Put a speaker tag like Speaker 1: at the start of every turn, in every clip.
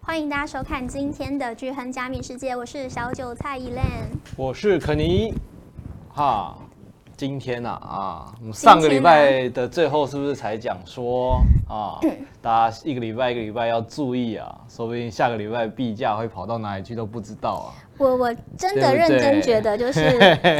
Speaker 1: 欢迎大家收看今天的《巨亨加密世界》，我是小韭菜 Elaine。
Speaker 2: 我是肯尼，哈，今天呐啊，我们上个礼拜的最后是不是才讲说啊，大家一个礼拜一个礼拜要注意啊，说不定下个礼拜币价会跑到哪里去都不知道啊。
Speaker 1: 我我真的
Speaker 2: 对不
Speaker 1: 认真
Speaker 2: 对
Speaker 1: 觉得，就是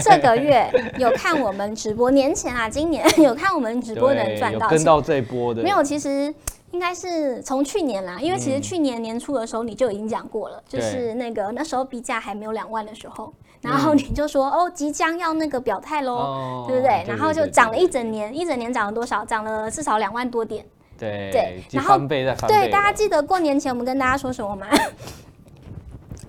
Speaker 1: 这个月有看我们直播，年前啊，今年有看我们直播哎能
Speaker 2: 对
Speaker 1: 赚
Speaker 2: 有
Speaker 1: 到，
Speaker 2: 跟到这一波的，
Speaker 1: 没有，其实应该是从去年啦，因为其实去年年初的时候你就已经讲过了，就
Speaker 2: 对
Speaker 1: 是那个那时候币价还没有两万的时候，然后你就说、哦即将要那个表态喽，
Speaker 2: 哦
Speaker 1: 对不对？然后就涨了一，整
Speaker 2: 对
Speaker 1: 年，一整年涨了多少？涨了至少两万多点。
Speaker 2: 对
Speaker 1: 对
Speaker 2: 对，就
Speaker 1: 然后
Speaker 2: 翻倍再翻倍了，
Speaker 1: 对，大家记得过年前我们跟大家说什么吗？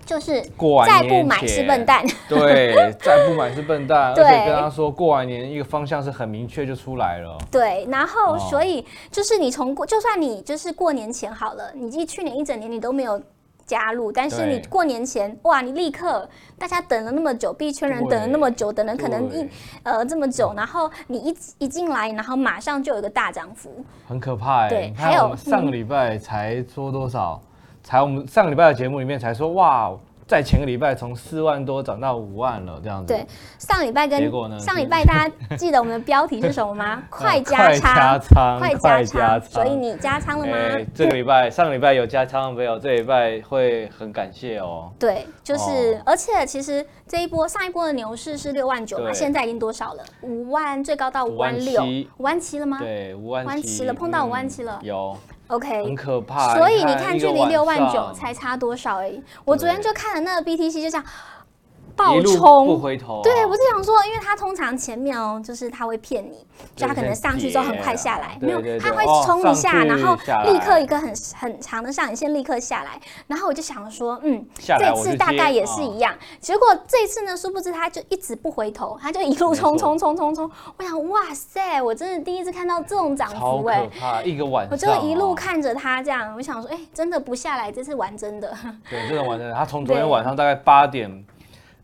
Speaker 1: 就是
Speaker 2: 过完
Speaker 1: 再
Speaker 2: 年
Speaker 1: 不买是
Speaker 2: 前
Speaker 1: 笨蛋。
Speaker 2: 对，再不买是笨蛋，而
Speaker 1: 对
Speaker 2: 且跟他说过完年一个方向是很明确就出来了，
Speaker 1: 对，然后
Speaker 2: 哦
Speaker 1: 所以就是你从过，就算你就是过年前好了，你一去年一整年你都没有加入，但是你
Speaker 2: 对
Speaker 1: 过年前哇，你立刻大家等了那么久，币圈人等了那么久，等了可能
Speaker 2: 对嗯
Speaker 1: 一呃这么久，然后你一一进来，然后马上就有一个大涨幅，
Speaker 2: 很可怕哎、
Speaker 1: 对
Speaker 2: 你
Speaker 1: 还
Speaker 2: 看
Speaker 1: 有嗯
Speaker 2: 我们上个礼拜才说多少？才我们上个礼拜的节目里面才说，哇，在前个礼拜从四万多涨到五万了，这样子。
Speaker 1: 对，上礼拜跟
Speaker 2: 结果呢
Speaker 1: 上
Speaker 2: 就
Speaker 1: 礼拜大 家记得我们的标题是什么吗？快加
Speaker 2: 快加
Speaker 1: 仓，
Speaker 2: 仓，
Speaker 1: 快加仓，所以
Speaker 2: 仓
Speaker 1: 你加仓了吗？
Speaker 2: 哎这个礼拜上个礼拜有加仓的朋友，这礼拜会很感谢哦。
Speaker 1: 对，就是，
Speaker 2: 哦
Speaker 1: 而且其实这一波上一波的牛市是六万九嘛，
Speaker 2: 对
Speaker 1: 现在已经多少了？五万，最高到五万六，
Speaker 2: 57
Speaker 1: 五万七了吗
Speaker 2: 对，五万
Speaker 1: 弯
Speaker 2: 七
Speaker 1: 七了碰啊到五万七了
Speaker 2: 有很
Speaker 1: ？OK，
Speaker 2: 可怕。
Speaker 1: 所以你看距离六万九
Speaker 2: 才。
Speaker 1: 才差多少而已。我昨天就看了那个 BTC，就这样
Speaker 2: 一
Speaker 1: 爆
Speaker 2: 路不
Speaker 1: 冲。
Speaker 2: 回头啊、
Speaker 1: 对，我是想说，因为它通常前面哦，就是它会骗你，就它可能上去之后很快下来，
Speaker 2: 对
Speaker 1: 没有，
Speaker 2: 对对
Speaker 1: 它会
Speaker 2: 哦
Speaker 1: 冲一下，
Speaker 2: 上去
Speaker 1: 然后
Speaker 2: 下来
Speaker 1: 立刻一个很很长的上影线立刻下来，然后我就想说，嗯，
Speaker 2: 下来
Speaker 1: 这
Speaker 2: 我就
Speaker 1: 次大
Speaker 2: 接
Speaker 1: 概也是
Speaker 2: 啊
Speaker 1: 一样。结果这次呢，殊不知他就一直不回头，他就一路
Speaker 2: 没
Speaker 1: 冲
Speaker 2: 错
Speaker 1: 冲冲冲冲。我想，哇塞，我真的第一次看到这种涨
Speaker 2: 超
Speaker 1: 幅哎、
Speaker 2: 可怕，一个晚
Speaker 1: 我
Speaker 2: 上、
Speaker 1: 就一路，看着他这样，我想说，哎、真的不下来，这次玩真的。
Speaker 2: 对，这种晚上，他从昨天
Speaker 1: 对
Speaker 2: 晚上大概八点、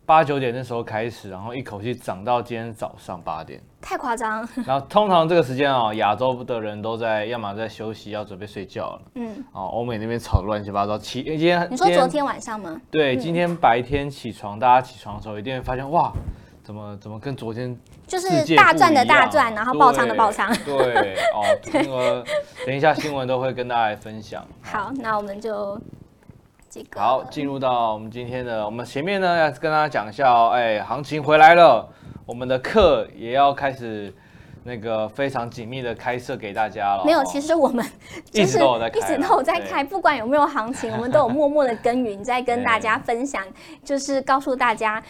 Speaker 2: 八九点那时候开始，然后一口气涨到今天早上八点。
Speaker 1: 太夸张，
Speaker 2: 然后通常这个时间啊、亚洲的人都在要么在休息，要准备睡觉了。
Speaker 1: 嗯，
Speaker 2: 哦，欧美那边吵得乱七八糟。起，因为今天
Speaker 1: 你说昨天嗯晚上吗？
Speaker 2: 对，今天白天起床，大家起床的时候一定会发现，哇，怎么怎么跟昨天
Speaker 1: 就
Speaker 2: 世
Speaker 1: 是
Speaker 2: 界
Speaker 1: 大
Speaker 2: 不
Speaker 1: 赚的
Speaker 2: 一
Speaker 1: 大
Speaker 2: 样
Speaker 1: 赚，然后爆仓的爆仓。。
Speaker 2: 对对， 哦，那个等一下新闻都会跟大家来分享。
Speaker 1: 好，那我们就这个。
Speaker 2: 好，进入到我们今天的，我们前面呢要跟大家讲一下哦，哎，行情回来了，我们的课也要开始那个非常紧密的开设给大家了哦。
Speaker 1: 没有，其实我们就
Speaker 2: 一
Speaker 1: 是
Speaker 2: 直都有在
Speaker 1: 一
Speaker 2: 开啦，
Speaker 1: 直都有在
Speaker 2: 对
Speaker 1: 开，不管有没有行 情，我们都有默默的耕耘，在跟
Speaker 2: 对
Speaker 1: 大家分享，就是告诉大家，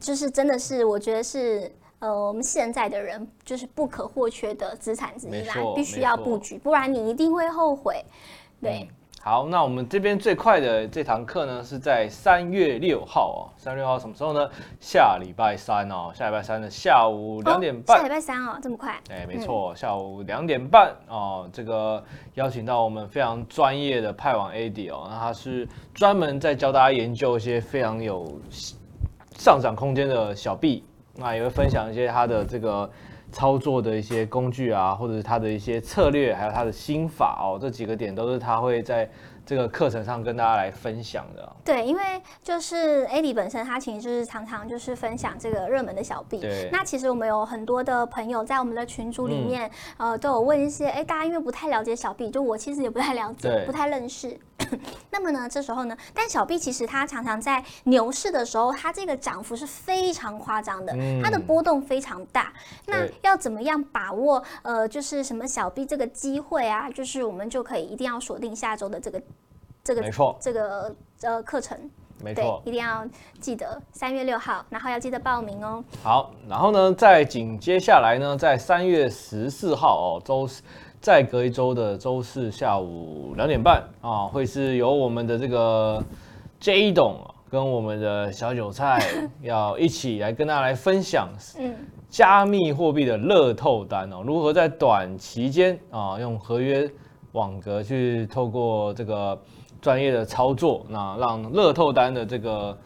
Speaker 1: 就是真的是我觉得是。呃，我们现在的人就是不可或缺的资产之一啦
Speaker 2: 没，错
Speaker 1: 必须要
Speaker 2: 没错嗯
Speaker 1: 布局，不然你一定会后悔。对，
Speaker 2: 好，那我们这边最快的这堂课呢，是在三月六号哦。三月六号什么时候呢？下礼拜三哦，下礼拜三的下午两点
Speaker 1: 哦
Speaker 2: 半
Speaker 1: 下礼。拜三哦，这么快？
Speaker 2: 哎，没错，下午两点半哦，这个邀请到我们非常专业的派网 AD 哦，那他是专门在教大家研究一些非常有上涨空间的小币，那也会分享一些他的这个操作的一些工具啊，或者是他的一些策略，还有他的心法哦，这几个点都是他会在这个课程上跟大家来分享的。啊
Speaker 1: 对，因为就是 AD 本身，他其实就是常常就是分享这个热门的小币
Speaker 2: 对。
Speaker 1: 那其实我们有很多的朋友在我们的群组
Speaker 2: 嗯
Speaker 1: 里面，呃，都有问一些，哎，大家因为不太了解小币，就我其实也不太了解，
Speaker 2: 对
Speaker 1: 不太认识。 那么呢，这时候呢，但小币其实它常常在牛市的时候，它这个涨幅是非常夸张的，它的
Speaker 2: 嗯
Speaker 1: 波动非常大。那
Speaker 2: 对
Speaker 1: 要怎么样把握呃，就是什么小币这个机会啊？就是我们就可以一定要锁定下周的这个这个
Speaker 2: 没错，
Speaker 1: 这个呃课程，
Speaker 2: 没
Speaker 1: 对
Speaker 2: 错，。
Speaker 1: 一定要记得三月六号，然后要记得报名哦。
Speaker 2: 好，然后呢，在紧接下来呢，在三月十四号哦，周四再隔一周的周四下午两点半啊、会是由我们的这个 J 董跟我们的小韭菜要一起来跟大家来分享
Speaker 1: 嗯，
Speaker 2: 加密货币的乐透单哦，如何在短期间啊用合约网格去透过这个专业的操作，那让乐透单的这个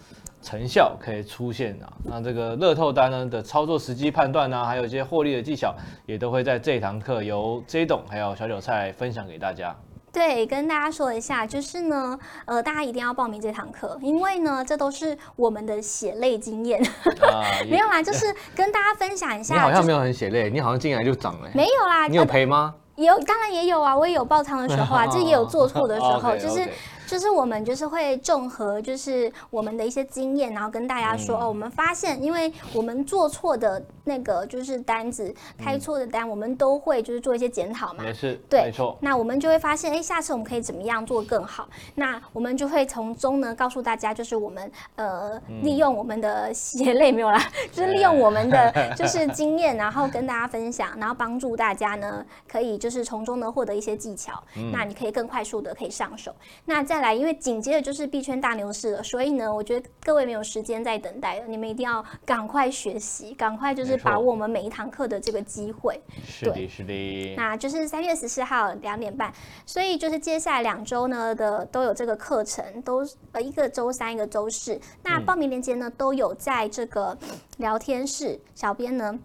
Speaker 2: 成效可以出现啊。那这个乐透单呢的操作时机判断呢、啊还有一些 获利的技巧，也都会在这一堂课由 J 董还有小韭菜分享给大家。
Speaker 1: 对，跟大家说一下，就是呢，呃，大家一定要报名这堂课，因为呢，这都是我们的血泪经验。
Speaker 2: 啊，
Speaker 1: 没有啦，就是跟大家分享一
Speaker 2: 你
Speaker 1: 下。
Speaker 2: 好
Speaker 1: 就
Speaker 2: 像
Speaker 1: 是
Speaker 2: 没有很血泪，你好像进来就涨了欸。
Speaker 1: 没有啦，
Speaker 2: 你有
Speaker 1: 呃
Speaker 2: 赔吗？
Speaker 1: 也有，当然也有啊，我也有爆仓的时 候啊，这也有做错的时候，
Speaker 2: OK，OK
Speaker 1: 就是就是我们就是会综合就是我们的一些经验，然后跟大家说、哦，我们发现，因为我们做错的那个就是单子开错的单，我们都会就是做一些检讨嘛。
Speaker 2: 也是
Speaker 1: 啊对
Speaker 2: 没错。
Speaker 1: 那我们就会发现，哎，下次我们可以怎么样做更好？那我们就会从中呢告诉大家，就是我们呃
Speaker 2: 嗯
Speaker 1: 利用我们的血泪没有 啦，就是利用我们的就是经验，然后跟大家分享，然后帮助大家呢可以就是从中呢获得一些技巧，
Speaker 2: 嗯
Speaker 1: 那你可以更快速的可以上手。那再来，因为紧接着就是币圈大牛市了，所以呢，我觉得各位没有时间再等待了，你们一定要赶快学习，赶快就是
Speaker 2: 没错
Speaker 1: 把握我们每一堂课的这个机会。
Speaker 2: 是的，
Speaker 1: 对
Speaker 2: 是的。
Speaker 1: 那就是三月十四号两点半，所以就是接下来两周呢的都有这个课程，都是呃一个周三一个周四。那报名链接呢都有在这个聊天室，小编呢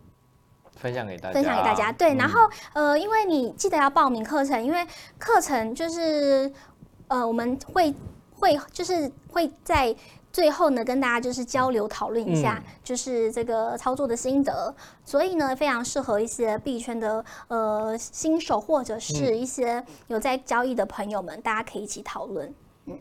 Speaker 2: 分享给大家，嗯
Speaker 1: 分享给大家。对，然后呃，因为你记得要报名课程，因为课程就是呃，我们会会就是会在。最后呢，跟大家就是交流讨论一
Speaker 2: 嗯
Speaker 1: 下，就是这个操作的心得，所以呢，非常适合一些币圈的呃新手或者
Speaker 2: 嗯
Speaker 1: 是一些有在交易的朋友们，大家可以一起讨论。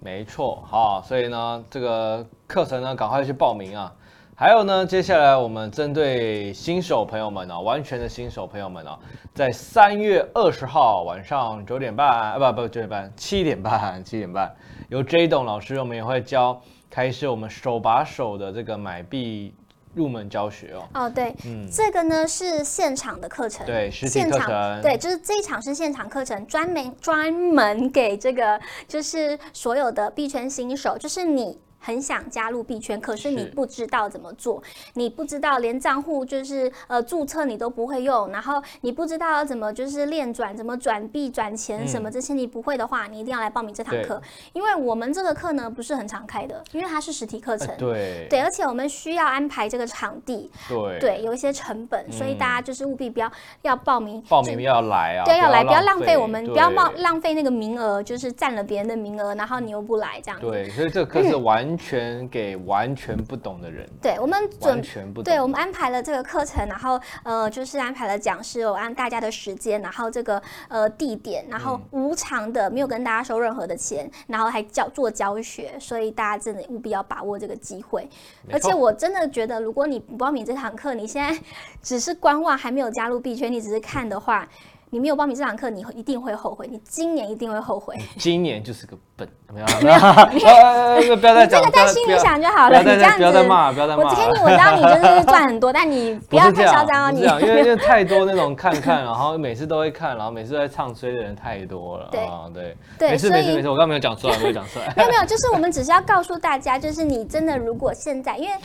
Speaker 2: 没错，好，所以呢，这个课程呢，赶快去报名啊！还有呢，接下来我们针对新手朋友们呢、完全的新手朋友们呢、啊在三月二十号晚上九点半，啊不不九点半，七点半， 七点半，由 J 董老师，我们也会教开设我们手把手的这个买币入门教学哦。
Speaker 1: 哦，对，
Speaker 2: 嗯，
Speaker 1: 这个呢是现场的课程，
Speaker 2: 对实体
Speaker 1: 现
Speaker 2: 课
Speaker 1: 场
Speaker 2: 程
Speaker 1: 对，就是这一场是现场课程，专门专门给这个就是所有的币圈新手，就是你。很想加入币圈，可是你
Speaker 2: 是
Speaker 1: 不知道怎么做，你不知道连账户就是呃注册你都不会用，然后你不知道要怎么就是链转、怎么转币、转钱什么这些你不会的话，你一定要来报名这堂
Speaker 2: 嗯对
Speaker 1: 课，因为我们这个课呢不是很常开的，因为它是实体课程，
Speaker 2: 呃对
Speaker 1: 对，而且我们需要安排这个场地，
Speaker 2: 对嗯
Speaker 1: 对，有一些成本，所以大家就是务必不要要报名，
Speaker 2: 报
Speaker 1: 就
Speaker 2: 名要来啊，
Speaker 1: 对要来，不要浪
Speaker 2: 浪
Speaker 1: 费我们，不要
Speaker 2: 对
Speaker 1: 冒浪费那个名额，就是占了别人的名额，然后你又不来这样子。
Speaker 2: 对，所以这个
Speaker 1: 哎
Speaker 2: 课是完全给完全不懂的人，
Speaker 1: 对，我们准
Speaker 2: 完全不懂。
Speaker 1: 对，我们安排了这个课程，然后呃，就是安排了讲师，我按大家的时间，然后这个呃地点，然后
Speaker 2: 嗯
Speaker 1: 无偿的，没有跟大家收任何的钱，然后还教做教学，所以大家真的务必要把握这个机会。
Speaker 2: 没
Speaker 1: 而且
Speaker 2: 错
Speaker 1: 我真的觉得，如果你不报名这堂课，你现在只是观望，还没有加入币圈，你只是看的话。你没有报名这堂课，你一定会后悔，你今年一定会后 悔。
Speaker 2: 今年就是个笨，没有没有， 呃不要再
Speaker 1: 你
Speaker 2: 讲
Speaker 1: 这
Speaker 2: 了，
Speaker 1: 个
Speaker 2: 不要
Speaker 1: 在
Speaker 2: 再
Speaker 1: 心
Speaker 2: 不
Speaker 1: 里
Speaker 2: 要
Speaker 1: 想就好
Speaker 2: 不
Speaker 1: 了，
Speaker 2: 要
Speaker 1: 你这
Speaker 2: 再
Speaker 1: 样
Speaker 2: 不要再
Speaker 1: 子。
Speaker 2: 骂，不要再
Speaker 1: 我
Speaker 2: 骂
Speaker 1: 今天
Speaker 2: 了。
Speaker 1: 你我知道你就是赚很 多，但你不要
Speaker 2: 是这
Speaker 1: 太嚣
Speaker 2: 样，
Speaker 1: 张哦，
Speaker 2: 不是
Speaker 1: 你
Speaker 2: 这。样， 因为因为太多那种看看，然后每次都会看，然后每次都在唱衰的人太多了。
Speaker 1: 对
Speaker 2: 啊，对，
Speaker 1: 对
Speaker 2: 没事
Speaker 1: 所
Speaker 2: 没
Speaker 1: 以
Speaker 2: 事没事，我刚刚没有讲出来，没有讲出 来。
Speaker 1: 没有没有，就是我们只是要告诉大家，就是你真的如果现在，因为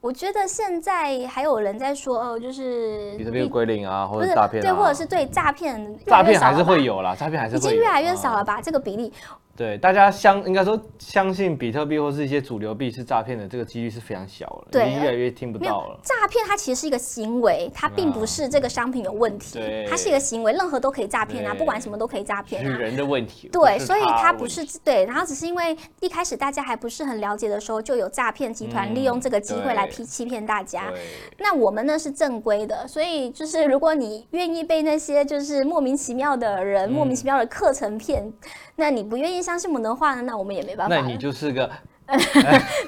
Speaker 1: 我觉得现在还有人在说哦，就是
Speaker 2: 比特币归零啊，
Speaker 1: 不
Speaker 2: 或
Speaker 1: 是
Speaker 2: 者诈骗啊，
Speaker 1: 对，或者是对诈骗越来越
Speaker 2: 诈骗还
Speaker 1: 少
Speaker 2: 是
Speaker 1: 了吧
Speaker 2: 会有啦，诈骗还是
Speaker 1: 已
Speaker 2: 会
Speaker 1: 经
Speaker 2: 有
Speaker 1: 越来越
Speaker 2: 啊
Speaker 1: 少了吧？这个比例，
Speaker 2: 对，大家相应该说相信比特币或是一些主流币是诈骗的这个几率是非常小了，
Speaker 1: 对
Speaker 2: 已经越来越听不
Speaker 1: 没
Speaker 2: 到
Speaker 1: 有
Speaker 2: 了。
Speaker 1: 诈骗，它其实是一个行为，它并不是这个商品有问题
Speaker 2: 对，
Speaker 1: 它是一个行为，任何都可以诈骗啊，
Speaker 2: 对
Speaker 1: 不管什么都可以诈
Speaker 2: 是
Speaker 1: 骗啊。
Speaker 2: 人的问题，
Speaker 1: 对，
Speaker 2: 是
Speaker 1: 所以
Speaker 2: 的
Speaker 1: 它
Speaker 2: 问
Speaker 1: 不
Speaker 2: 题
Speaker 1: 是对，然后只是因为一开始大家还不是很了解的时候，就有诈骗集团
Speaker 2: 嗯
Speaker 1: 利用这个机会来
Speaker 2: 对
Speaker 1: 欺欺骗大家。
Speaker 2: 对
Speaker 1: 那我们呢是正规的，所以就是如果你愿意被那些就是莫名其妙的
Speaker 2: 嗯
Speaker 1: 人、莫名其妙的课程骗，那你不愿意相信我们的话呢，那我们也没办法
Speaker 2: 那
Speaker 1: 了。
Speaker 2: 你就是个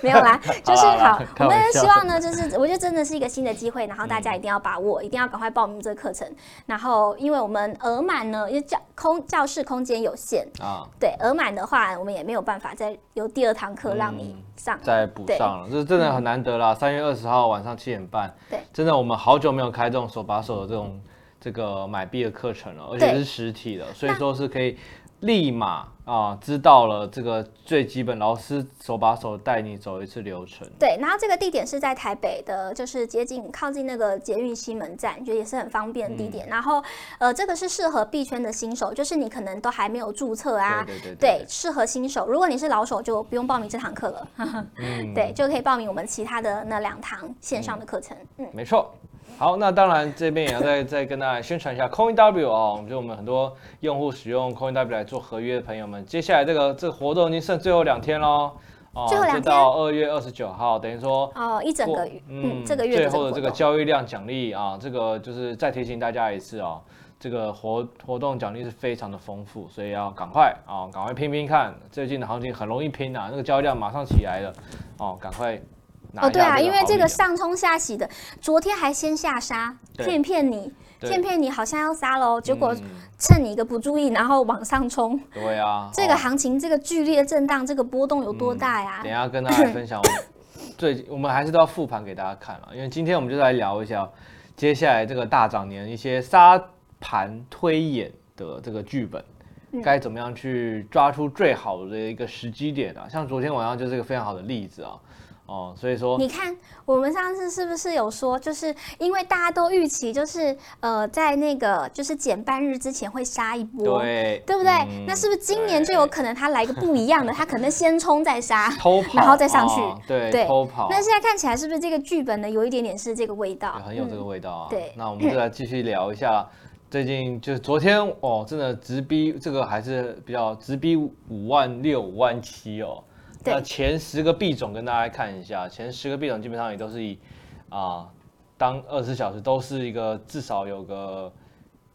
Speaker 1: 没有啦，就是
Speaker 2: 好啦
Speaker 1: 好，
Speaker 2: 开
Speaker 1: 我
Speaker 2: 玩
Speaker 1: 们
Speaker 2: 笑嗯
Speaker 1: 希望呢，就是我觉得真的是一个新的机会，然后大家一定要把握，一定要赶快报名这个课程。然后因为我们额满呢，因为教空教室空间有限，
Speaker 2: 啊，
Speaker 1: 对额满的话，我们也没有办法再有第二堂课让你上。
Speaker 2: 嗯再补
Speaker 1: 对嗯
Speaker 2: 上了，这真的很难得啦。三月二十号晚上七点半，
Speaker 1: 对，
Speaker 2: 真的我们好久没有开这种手把手的这种这个买币的课程了，而且
Speaker 1: 对
Speaker 2: 是实体的，所以
Speaker 1: 那
Speaker 2: 说是可以立马啊，知道了这个最基本，老师手把手带你走一次流程。
Speaker 1: 对，然后这个地点是在台北的，就是接近靠近那个捷运西门站，觉得也是很方便的地
Speaker 2: 嗯
Speaker 1: 点。然后，呃，这个是适合币圈的新手，就是你可能都还没有注册啊，
Speaker 2: 对对对
Speaker 1: 对，适合新手。如果你是老手，就不用报名这堂课 了，
Speaker 2: 嗯
Speaker 1: 对，就可以报名我们其他的那两堂线上的课程。嗯，
Speaker 2: 没错。好，那当然这边也要再 再跟大家宣传一下 CoinW 啊、我们觉得我们很多用户使用 CoinW 来做合约的朋友们，接下来这个这个活动已经剩最后两天喽，哦
Speaker 1: 最后两
Speaker 2: 就
Speaker 1: 天
Speaker 2: 到二月二十九号，等于说
Speaker 1: 哦，一整
Speaker 2: 过
Speaker 1: 个月，嗯，这个月
Speaker 2: 最
Speaker 1: 的这
Speaker 2: 后
Speaker 1: 个
Speaker 2: 的
Speaker 1: 活
Speaker 2: 这个
Speaker 1: 动。
Speaker 2: 交易量奖励啊，这个就是再提醒大家一次哦，这个活活动奖励是非常的丰富，所以要赶快啊，赶快拼拼看，最近的行情很容易拼啊，那个交易量马上起来了哦，赶快拿
Speaker 1: 哦，
Speaker 2: 一
Speaker 1: 对
Speaker 2: 下
Speaker 1: 啊，因为
Speaker 2: 好
Speaker 1: 这
Speaker 2: 礼
Speaker 1: 个
Speaker 2: 哦
Speaker 1: 上冲下洗的，昨天还先下杀，
Speaker 2: 对
Speaker 1: 骗骗你，
Speaker 2: 对
Speaker 1: 骗骗你，好像要杀喽，结果
Speaker 2: 嗯
Speaker 1: 趁你一个不注意，然后往上冲。
Speaker 2: 对啊，
Speaker 1: 这个
Speaker 2: 哦
Speaker 1: 行情、这个剧烈震荡、这个波动有多大呀
Speaker 2: 等一？下跟大家分享我们 最我们还是都要复盘给大家看了，因为今天我们就来聊一下接下来这个大涨年一些沙盘推演的这个剧本。
Speaker 1: 嗯
Speaker 2: 该怎么样去抓出最好的一个时机点啊？像昨天晚上就是一个非常好的例子啊，哦，所以说
Speaker 1: 你看，我们上次是不是有说，就是因为大家都预期，就是呃，在那个就是减半日之前会杀一波，
Speaker 2: 对
Speaker 1: 对不对？
Speaker 2: 嗯
Speaker 1: 那是不是今年就有可能它来一个不一样的，它可能先冲再 杀？
Speaker 2: 偷跑，
Speaker 1: 然后再上去
Speaker 2: 哦对，
Speaker 1: 对
Speaker 2: 偷跑，
Speaker 1: 那现在看起来是不是这个剧本呢，有一点点是这个味道嗯
Speaker 2: 也？很有这个味道啊。
Speaker 1: 对
Speaker 2: 那我们就来继续聊一下，最近就是昨天哦，真的直逼这个还是比较直逼五万六、五万七哦。
Speaker 1: 对
Speaker 2: 那前十个币种跟大家看一下，前十个币种基本上也都是以啊、当二十小时都是一个至少有个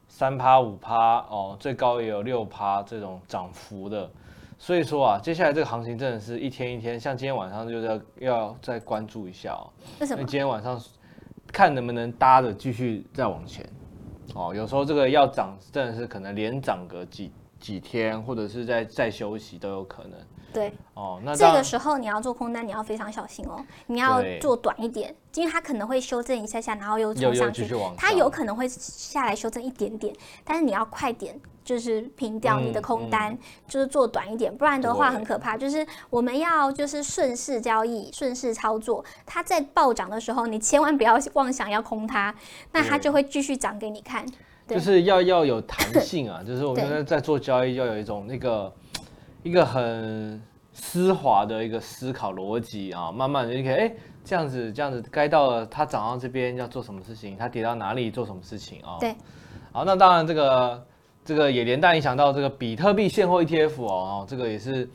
Speaker 2: 三趴五趴哦，最高也有六趴这种涨幅的。所以说啊，接下来这个行情真的是一天一天，像今天晚上就是要要再关注一下哦。
Speaker 1: 为什
Speaker 2: 那
Speaker 1: 么？
Speaker 2: 今天晚上看能不能搭着继续再往前。哦，有时候这个要涨，真的是可能连涨个几几天，或者是再再休息都有可能。
Speaker 1: 对，
Speaker 2: 哦，那
Speaker 1: 这
Speaker 2: 当
Speaker 1: 个
Speaker 2: 然，
Speaker 1: 时候你要做空单，你要非常小心哦，你要
Speaker 2: 对
Speaker 1: 做短一点，因为它可能会修正一下下，然后又
Speaker 2: 又
Speaker 1: 冲
Speaker 2: 又
Speaker 1: 上
Speaker 2: 继
Speaker 1: 去
Speaker 2: 续。往上，
Speaker 1: 它有可能会下来修正一点点，但是你要快点，就是平掉你的
Speaker 2: 嗯
Speaker 1: 空
Speaker 2: 嗯
Speaker 1: 单，就是做短一点，不然的话
Speaker 2: 对
Speaker 1: 很可怕。就是我们要就是顺势交易、顺势操作，它在暴涨的时候，你千万不要妄想要空它，那它
Speaker 2: 对
Speaker 1: 就会继续涨给你看。对
Speaker 2: 就是要要有弹 性啊，就是我们
Speaker 1: 对
Speaker 2: 在在做交易要有一种那个一个很丝滑的一个思考逻辑啊，慢慢的就可以哎这样子这样子，该到了它涨到这边要做什么事情，它跌到哪里做什么事情啊？
Speaker 1: 对。
Speaker 2: 好，那当然这个这个也连带影响到这个比特币现货 ETF 哦，这个也是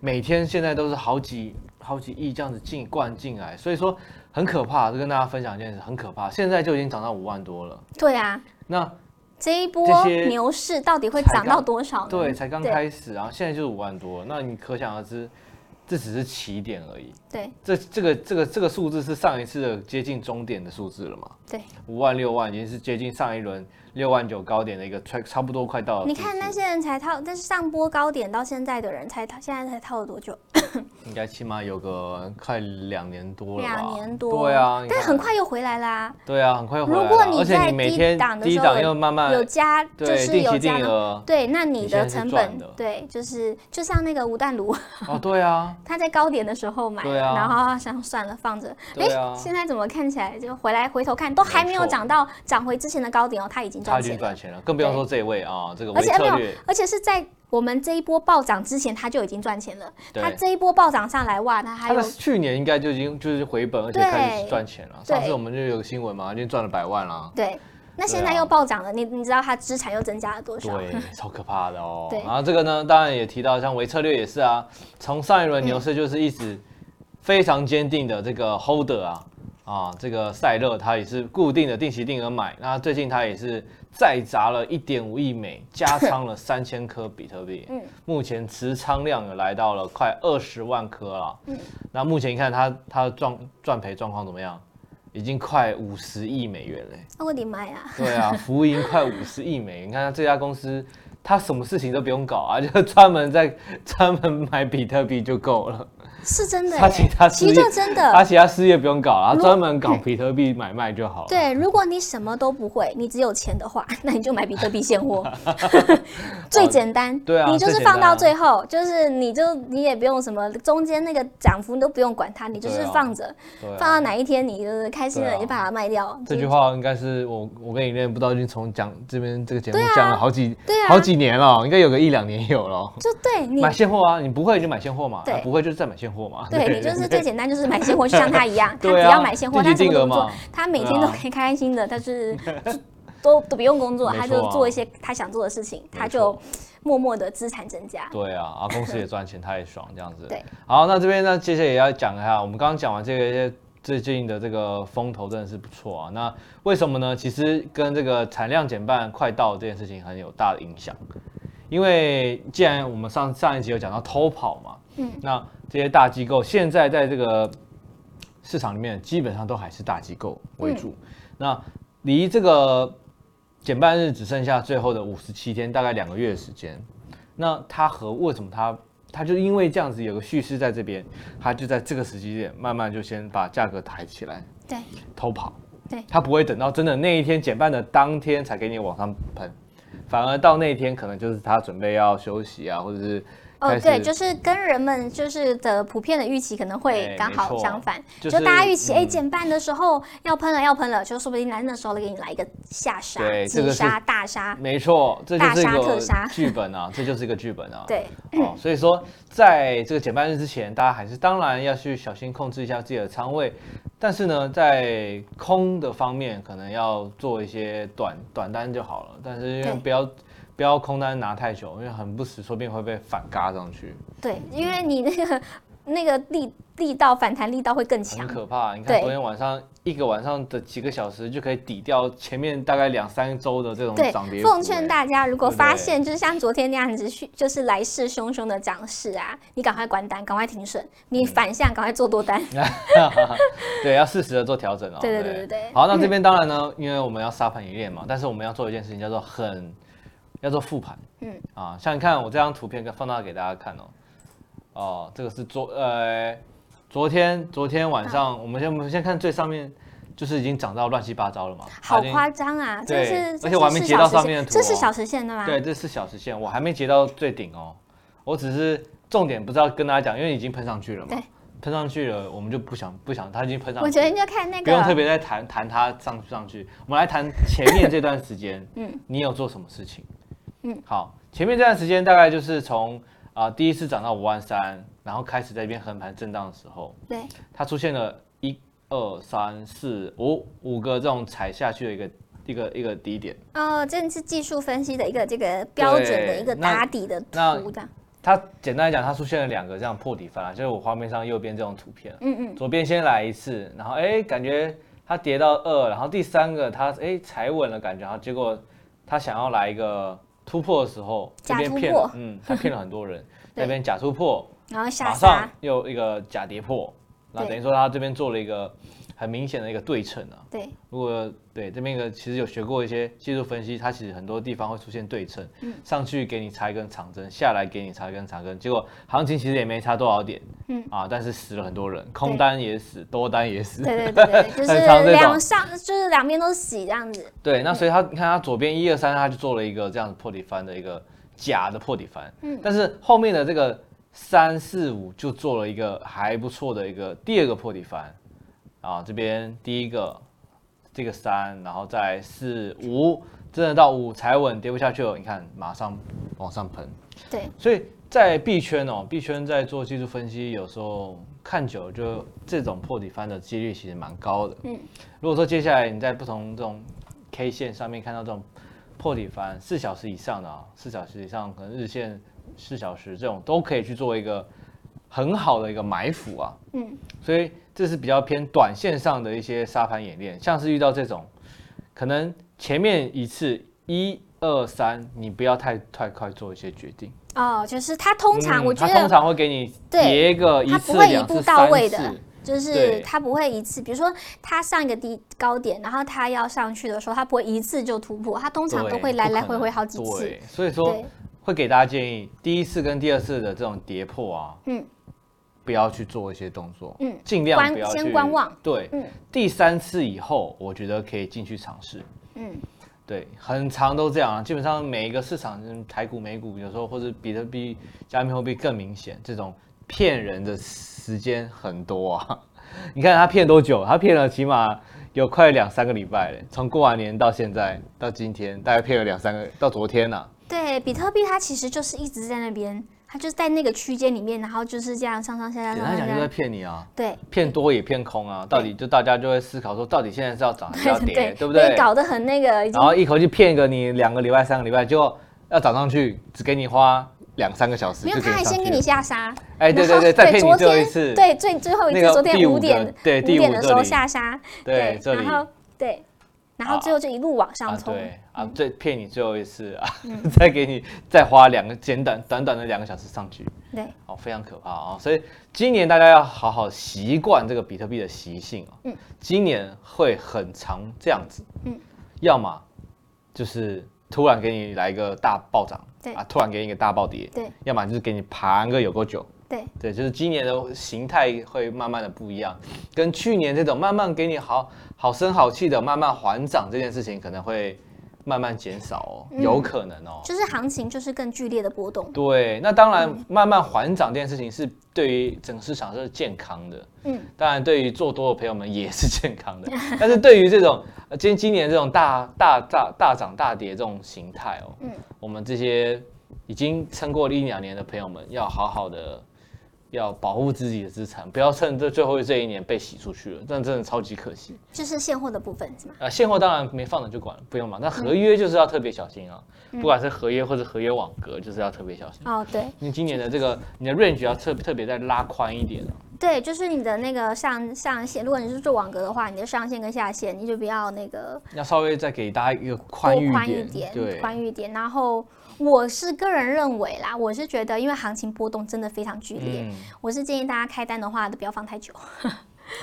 Speaker 2: 每天现在都是好几好几亿这样子进灌进来，所以说很可怕。就跟大家分享一件事，很可怕，现在就已经涨到五万多了。
Speaker 1: 对啊，
Speaker 2: 那
Speaker 1: 这一波
Speaker 2: 些
Speaker 1: 牛市到底会
Speaker 2: 才
Speaker 1: 涨到
Speaker 2: 刚
Speaker 1: 多少呢？
Speaker 2: 对，才刚
Speaker 1: 对
Speaker 2: 开始，然后现在就是五万多，那你可想而知，这只是起点而已。
Speaker 1: 对
Speaker 2: 这这个这个这个数字是上一次的接近终点的数字了嘛？
Speaker 1: 对，
Speaker 2: 五万六万已经是接近上一轮六万九高点的一个差差不多快到了。
Speaker 1: 你看那些人才套，但是上波高点到现在的人才套，现在才套了多久？
Speaker 2: 应该起码有个快两年多了吧？
Speaker 1: 两年多。
Speaker 2: 对啊，你
Speaker 1: 但
Speaker 2: 看
Speaker 1: 很。快又回来啦。
Speaker 2: 对啊，很快回
Speaker 1: 如
Speaker 2: 来
Speaker 1: 果
Speaker 2: 了
Speaker 1: 你
Speaker 2: 而且
Speaker 1: 在
Speaker 2: 你每
Speaker 1: 低
Speaker 2: 天
Speaker 1: 档的
Speaker 2: 低
Speaker 1: 时候
Speaker 2: 档又慢慢
Speaker 1: 有加就
Speaker 2: 哎对
Speaker 1: 是
Speaker 2: 定
Speaker 1: 有
Speaker 2: 期
Speaker 1: 加
Speaker 2: 定
Speaker 1: 的，
Speaker 2: 额
Speaker 1: 对，那你
Speaker 2: 你现在
Speaker 1: 的
Speaker 2: 是
Speaker 1: 成
Speaker 2: 赚
Speaker 1: 本
Speaker 2: 的
Speaker 1: 对，就是就像那个吴淡如，
Speaker 2: 哦，对啊，
Speaker 1: 他在高点的时候买，
Speaker 2: 对啊
Speaker 1: 然后想算了放着，
Speaker 2: 对啊
Speaker 1: 现在怎么看起来就回来回头看都还没有
Speaker 2: 没错
Speaker 1: 涨到涨回之前的高点哦，他已经
Speaker 2: 他
Speaker 1: 赚
Speaker 2: 已经
Speaker 1: 钱了，
Speaker 2: 赚钱了，更不用
Speaker 1: 对
Speaker 2: 说这位啊，这个微
Speaker 1: 而且哎
Speaker 2: 策
Speaker 1: 没
Speaker 2: 略
Speaker 1: 有，而且是在我们这一波暴涨之前他就已经赚钱了，
Speaker 2: 对
Speaker 1: 他这一波暴涨上来哇，他还
Speaker 2: 他
Speaker 1: 有
Speaker 2: 的去年应该就已经就是回本，而且开始
Speaker 1: 对
Speaker 2: 赚钱了。
Speaker 1: 对
Speaker 2: 上次我们就有个新闻嘛，已经赚了百万啦。
Speaker 1: 对，那现
Speaker 2: 对
Speaker 1: 在
Speaker 2: 啊
Speaker 1: 又暴涨了，你你知道他资产又增加了多少？
Speaker 2: 对，超可怕的哦
Speaker 1: 对。
Speaker 2: 然后这个呢，当然也提到，像微策略也是啊，从上一
Speaker 1: 嗯
Speaker 2: 轮牛市就是一直非常坚定的这个 holder 啊啊，这个赛勒他也是固定的定期定额买，那最近他也是再砸了一点五亿美，加 仓了三千颗比特币，
Speaker 1: 嗯
Speaker 2: 目前持仓量也来到了快二十万颗了，
Speaker 1: 嗯
Speaker 2: 那目前你看他他的状赚赔状况怎么样？已经快五十亿美元嘞、
Speaker 1: 那我的妈呀！
Speaker 2: 对啊，浮盈快五十亿美元。你看他这家公司， 他什么事情都不用搞啊，就专门在专门买比特币就够了。
Speaker 1: 是真的
Speaker 2: 他
Speaker 1: 耶，
Speaker 2: 其他
Speaker 1: 其
Speaker 2: 事
Speaker 1: 实
Speaker 2: 业
Speaker 1: 这真
Speaker 2: 他
Speaker 1: 的。
Speaker 2: 其他事业不用搞了，他
Speaker 1: 呃如
Speaker 2: 专门搞比特币买卖就好了。
Speaker 1: 对，如果你什么都不会，你只有钱的话， 那你就买比特币现 货，最简单。
Speaker 2: 对啊
Speaker 1: 你就
Speaker 2: 最
Speaker 1: 是
Speaker 2: 简单
Speaker 1: 放到
Speaker 2: 啊
Speaker 1: 最后，就是你就你也不用什么中间那个涨幅你都不用管它，你就是
Speaker 2: 对啊
Speaker 1: 放着，
Speaker 2: 对啊
Speaker 1: 放到哪一天你就是开心了，
Speaker 2: 对啊
Speaker 1: 你就把它卖掉。
Speaker 2: 这
Speaker 1: 就
Speaker 2: 句话应该是我我跟你练不知道已经从讲这边这个节目
Speaker 1: 对啊
Speaker 2: 讲了好几、
Speaker 1: 对啊
Speaker 2: 好几年了，应该有个一两年有了。
Speaker 1: 就对你
Speaker 2: 买现货啊，你不会就买现货嘛，
Speaker 1: 对
Speaker 2: 啊不会就是再买现货嘛。
Speaker 1: 对你就是 最简单，就是买现货，就像他一样，他
Speaker 2: 对
Speaker 1: 只
Speaker 2: 啊
Speaker 1: 要买现货，
Speaker 2: 定
Speaker 1: 他
Speaker 2: 期
Speaker 1: 什么
Speaker 2: 定额
Speaker 1: 都不做
Speaker 2: 嘛，
Speaker 1: 他每
Speaker 2: 对
Speaker 1: 天都
Speaker 2: 啊
Speaker 1: 可以开开心的，他 是都都不用工作，
Speaker 2: 没
Speaker 1: 他
Speaker 2: 错
Speaker 1: 就
Speaker 2: 啊
Speaker 1: 做一些他想做的事情，他
Speaker 2: 没
Speaker 1: 就默默的资产增加。
Speaker 2: 对啊，啊公司 也赚钱，他也爽这样子。
Speaker 1: 对，
Speaker 2: 好，那这边呢，接下来也要讲一下，我们刚刚讲完这个一些最近的这个风头真的是不错啊。那为什么呢？其实跟这个产量减半快到这件事情很有大的影响，因为既然我们上上一集有讲到偷跑嘛，
Speaker 1: 嗯，
Speaker 2: 那这些大机构现在在这个市场里面基本上都还是大机构
Speaker 1: 嗯
Speaker 2: 为主，那离这个减半日只剩下最后的五十七天，大概两个月的时间。那它和为什么它它就因为这样子有个蓄势在这边，它就在这个时机点慢慢就先把价格抬起来，
Speaker 1: 对，
Speaker 2: 偷跑。
Speaker 1: 对
Speaker 2: 它不会等到真的那一天减半的当天才给你往上喷，反而到那一天可能就是它准备要休息啊，或者是
Speaker 1: 哦
Speaker 2: 开，始
Speaker 1: 对，就是跟人们就是的普遍的预期可能会
Speaker 2: 哎
Speaker 1: 刚
Speaker 2: 没
Speaker 1: 好
Speaker 2: 错
Speaker 1: 相反，
Speaker 2: 就
Speaker 1: 就是大家预期哎
Speaker 2: 嗯
Speaker 1: 减半的时候要喷了要喷了，就说不定来那时候给你来一个下杀
Speaker 2: 对、这
Speaker 1: 急
Speaker 2: 个是
Speaker 1: 杀、大 杀，
Speaker 2: 没错，这就
Speaker 1: 大
Speaker 2: 是一
Speaker 1: 杀特
Speaker 2: 个
Speaker 1: 杀
Speaker 2: 剧本啊，这就是一个剧本啊。
Speaker 1: 对，
Speaker 2: 哦，所以说在这个减半日之前，大家还是当然要去小心控制一下自己的仓位，但是呢，在空的方面可能要做一些短短单就好了，但是因为
Speaker 1: 对
Speaker 2: 不要不要空单拿太久，因为很不时说不定会被反嘎上去，
Speaker 1: 对，因为你那个那个力力道反弹力道会更
Speaker 2: 很
Speaker 1: 强，
Speaker 2: 可怕。你看
Speaker 1: 对
Speaker 2: 昨天晚上一个晚上的几个小时就可以抵掉前面大概两三周的这种
Speaker 1: 对
Speaker 2: 涨跌，幅。
Speaker 1: 奉劝
Speaker 2: 哎
Speaker 1: 大家，如果
Speaker 2: 对不
Speaker 1: 发
Speaker 2: 对
Speaker 1: 现就是像昨天那样子，去就是来势汹汹的涨势啊，你赶快关单，赶快停损，你反向赶快做多单。
Speaker 2: 嗯对，要适时的做调整哦。
Speaker 1: 对对对对对
Speaker 2: 好，那这边当然呢，因为我们要沙盘演练嘛，但是我们要做一件事情叫做很，要做复盘。
Speaker 1: 嗯。
Speaker 2: 啊，像你看我这张图片放大给大家看哦。哦，这个是昨呃昨天昨天晚
Speaker 1: 啊
Speaker 2: 上，我们先我们先看最上面，就是已经涨到乱七八糟了嘛。它
Speaker 1: 好
Speaker 2: 已经
Speaker 1: 夸张啊！这
Speaker 2: 对
Speaker 1: 是这
Speaker 2: 而且
Speaker 1: 是
Speaker 2: 我还没
Speaker 1: 四
Speaker 2: 截
Speaker 1: 小
Speaker 2: 到
Speaker 1: 时
Speaker 2: 上
Speaker 1: 线
Speaker 2: 面的
Speaker 1: 这
Speaker 2: 图
Speaker 1: 是
Speaker 2: 哦
Speaker 1: 小时线的吗？
Speaker 2: 对，这是小时线，我还没截到最顶哦。我只是重点不是要跟大家讲，因为已经喷上去了嘛。
Speaker 1: 对。
Speaker 2: 喷上去了，我们就不想不想，它已经喷上去了。
Speaker 1: 我觉得你就看那
Speaker 2: 不用特
Speaker 1: 个，
Speaker 2: 别再谈谈它上不上去，我们来谈前面这段时间，嗯，你有做什么事情？
Speaker 1: 嗯
Speaker 2: 嗯，好，前面这段时间大概就是从啊、第一次涨到五万三，然后开始在一边横盘震荡的时候，
Speaker 1: 对
Speaker 2: 它出现了一二三四五五个这种踩下去的一个一个一个低点，
Speaker 1: 哦，这是技术分析的一个这个标准的一个
Speaker 2: 那
Speaker 1: 打底的
Speaker 2: 那
Speaker 1: 图的，
Speaker 2: 它简单来讲，它出现了两个这样破底翻啊，就是我画面上右边这种图片，啊
Speaker 1: 嗯嗯，
Speaker 2: 左边先来一次，然后哎，感觉它跌到二，然后第三个它哎踩稳了，感觉，然后结果它想要来一个突破的时候，这
Speaker 1: 假
Speaker 2: 边
Speaker 1: 突
Speaker 2: 骗
Speaker 1: 破
Speaker 2: 了，嗯，它骗了很多人，
Speaker 1: 对
Speaker 2: 那边假突破，
Speaker 1: 然后下
Speaker 2: 马
Speaker 1: 杀
Speaker 2: 上，又一个假跌破，那等于说它这边做了一个很明显的一个对称啊。
Speaker 1: 对
Speaker 2: 如果对这边一个其实有学过一些技术分析，它其实很多地方会出现对称，上去给你插一根长针，下来给你插一根长针，结果行情其实也没差多少点，
Speaker 1: 嗯
Speaker 2: 啊，但是死了很多人，空单也死，多单也死，
Speaker 1: 对对对对， 就
Speaker 2: 很常
Speaker 1: 是
Speaker 2: 这种
Speaker 1: 两上就是两边都洗这样子，
Speaker 2: 对，那所以他你看他左边一二三，他就做了一个这样子破底翻的一个假的破底翻，
Speaker 1: 嗯
Speaker 2: 但是后面的这个三四五就做了一个还不错的一个第二个破底翻，啊，这边第一个这个三，然后再四五，真的到五踩稳跌不下去了，你看马上往上喷，
Speaker 1: 对
Speaker 2: 所以在币圈哦，币圈在做技术分析，有时候看久了就这种破底翻的几率其实蛮高的。
Speaker 1: 嗯，
Speaker 2: 如果说接下来你在不同这种 K 线上面看到这种破底翻四小时以上的啊、四小时以上可能日线四小时这种都可以去做一个很好的一个埋伏啊。
Speaker 1: 嗯，
Speaker 2: 所以这是比较偏短线上的一些沙盘演练，像是遇到这种，可能前面一次一二三，你不要太太快做一些决定。
Speaker 1: 哦，就是它通常
Speaker 2: 嗯
Speaker 1: 我觉
Speaker 2: 他通
Speaker 1: 得
Speaker 2: 常会给你
Speaker 1: 对
Speaker 2: 叠个一
Speaker 1: 它
Speaker 2: 次
Speaker 1: 不、会一
Speaker 2: 两
Speaker 1: 步
Speaker 2: 次、
Speaker 1: 到
Speaker 2: 三
Speaker 1: 位的
Speaker 2: 次，
Speaker 1: 就是
Speaker 2: 对
Speaker 1: 它不会一次，比如说它上一个低高点，然后它要上去的时候，它不会一次就突破，它通常都
Speaker 2: 对
Speaker 1: 会来
Speaker 2: 不
Speaker 1: 来
Speaker 2: 可
Speaker 1: 回回
Speaker 2: 能
Speaker 1: 好几次。
Speaker 2: 对，所以说
Speaker 1: 对，
Speaker 2: 会给大家建议，第一次跟第二次的这种跌破啊，
Speaker 1: 嗯，
Speaker 2: 不要去做一些动作，
Speaker 1: 嗯
Speaker 2: 尽量
Speaker 1: 观
Speaker 2: 不要
Speaker 1: 先
Speaker 2: 去
Speaker 1: 观望
Speaker 2: 对，
Speaker 1: 嗯
Speaker 2: 第三次以后，我觉得可以进去尝试。
Speaker 1: 嗯
Speaker 2: 对，很长都这样啊，基本上每一个市场，嗯台股、美股，有时候或者比特币、加密货币更明显，这种骗人的时间很多啊。 你看他骗多久？他骗了起码有快两三个礼拜嘞，从过完年到现在到今天，大概骗了两三个，到昨天呐、啊
Speaker 1: 对，比特币它其实就是一直在那边，它就是在那个区间里面，然后就是这样上上下下，
Speaker 2: 简
Speaker 1: 上上
Speaker 2: 单讲就
Speaker 1: 下
Speaker 2: 在
Speaker 1: 下。
Speaker 2: 骗你啊，
Speaker 1: 对
Speaker 2: 骗多也骗空啊，到底就大家就会思考说，到底现在是要涨还是 要跌，对不
Speaker 1: 被
Speaker 2: 对？
Speaker 1: 搞得很那个，已经
Speaker 2: 然后一口气骗个你两个礼拜、三个礼拜，结果要涨上去，只给你花两三个小时
Speaker 1: 没
Speaker 2: 就
Speaker 1: 有，
Speaker 2: 给你
Speaker 1: 他还
Speaker 2: 上
Speaker 1: 先
Speaker 2: 去
Speaker 1: 给
Speaker 2: 了
Speaker 1: 你下杀。
Speaker 2: 哎，对对对，再
Speaker 1: 然后
Speaker 2: 骗你
Speaker 1: 昨
Speaker 2: 最后一
Speaker 1: 天
Speaker 2: 次，
Speaker 1: 对，最最后一
Speaker 2: 那
Speaker 1: 次，
Speaker 2: 个
Speaker 1: 昨
Speaker 2: 第
Speaker 1: 天
Speaker 2: 五
Speaker 1: 五
Speaker 2: 个
Speaker 1: 点
Speaker 2: 对
Speaker 1: 五
Speaker 2: 第
Speaker 1: 点
Speaker 2: 五
Speaker 1: 的
Speaker 2: 这
Speaker 1: 时候
Speaker 2: 里
Speaker 1: 下杀，
Speaker 2: 对这里
Speaker 1: 然后对，然后最后就一路往上
Speaker 2: 啊
Speaker 1: 冲，
Speaker 2: 对啊，再骗你最后一次啊，
Speaker 1: 嗯
Speaker 2: 再给你再花两个简短短短的两个小时上去，
Speaker 1: 对，
Speaker 2: 哦，非常可怕哦。所以今年大家要好好习惯这个比特币的习性哦。
Speaker 1: 嗯
Speaker 2: 今年会很常这样子。
Speaker 1: 嗯，
Speaker 2: 要么就是突然给你来一个大暴涨，
Speaker 1: 对
Speaker 2: 啊，突然给你一个大暴跌，
Speaker 1: 对，
Speaker 2: 要么就是给你盘个有够久。
Speaker 1: 对，
Speaker 2: 对，就是今年的形态会慢慢的不一样，跟去年这种慢慢给你好好声好气的慢慢缓涨这件事情，可能会慢慢减少哦，
Speaker 1: 嗯
Speaker 2: 有可能哦。
Speaker 1: 就是行情就是更剧烈的波动，
Speaker 2: 对，那当然
Speaker 1: 嗯
Speaker 2: 慢慢缓涨这件事情是对于整个市场是健康的，
Speaker 1: 嗯，
Speaker 2: 当然对于做多的朋友们也是健 康的，但是对于这种呃今今年这种大大大大涨大跌这种形态哦，
Speaker 1: 嗯
Speaker 2: 我们这些已经撑过了一两年的朋友们，要好好的要保护自己的资产，不要趁这最后这一年被洗出去了，那真的超级可惜。
Speaker 1: 就是现货的部分是吗？
Speaker 2: 啊，现货当然没放的就管不用嘛，那合约就是要特别小心啊，
Speaker 1: 嗯
Speaker 2: 不管是合约或者合约网格，就是要特别小心。
Speaker 1: 哦，对
Speaker 2: 你今年的这个你的 range 要特特别再拉宽一点了、啊
Speaker 1: 对，就是你的那个上上限，如果你是做网格的话，你的上限跟下限你就不要那个
Speaker 2: 要稍微再给大家一个宽
Speaker 1: 多
Speaker 2: 裕
Speaker 1: 宽
Speaker 2: 点，
Speaker 1: 一点，
Speaker 2: 对，
Speaker 1: 宽裕一点。然后我是个人认为啦，我是觉得因为行情波动真的非常剧烈，
Speaker 2: 嗯，
Speaker 1: 我是建议大家开单的话都不要放太久，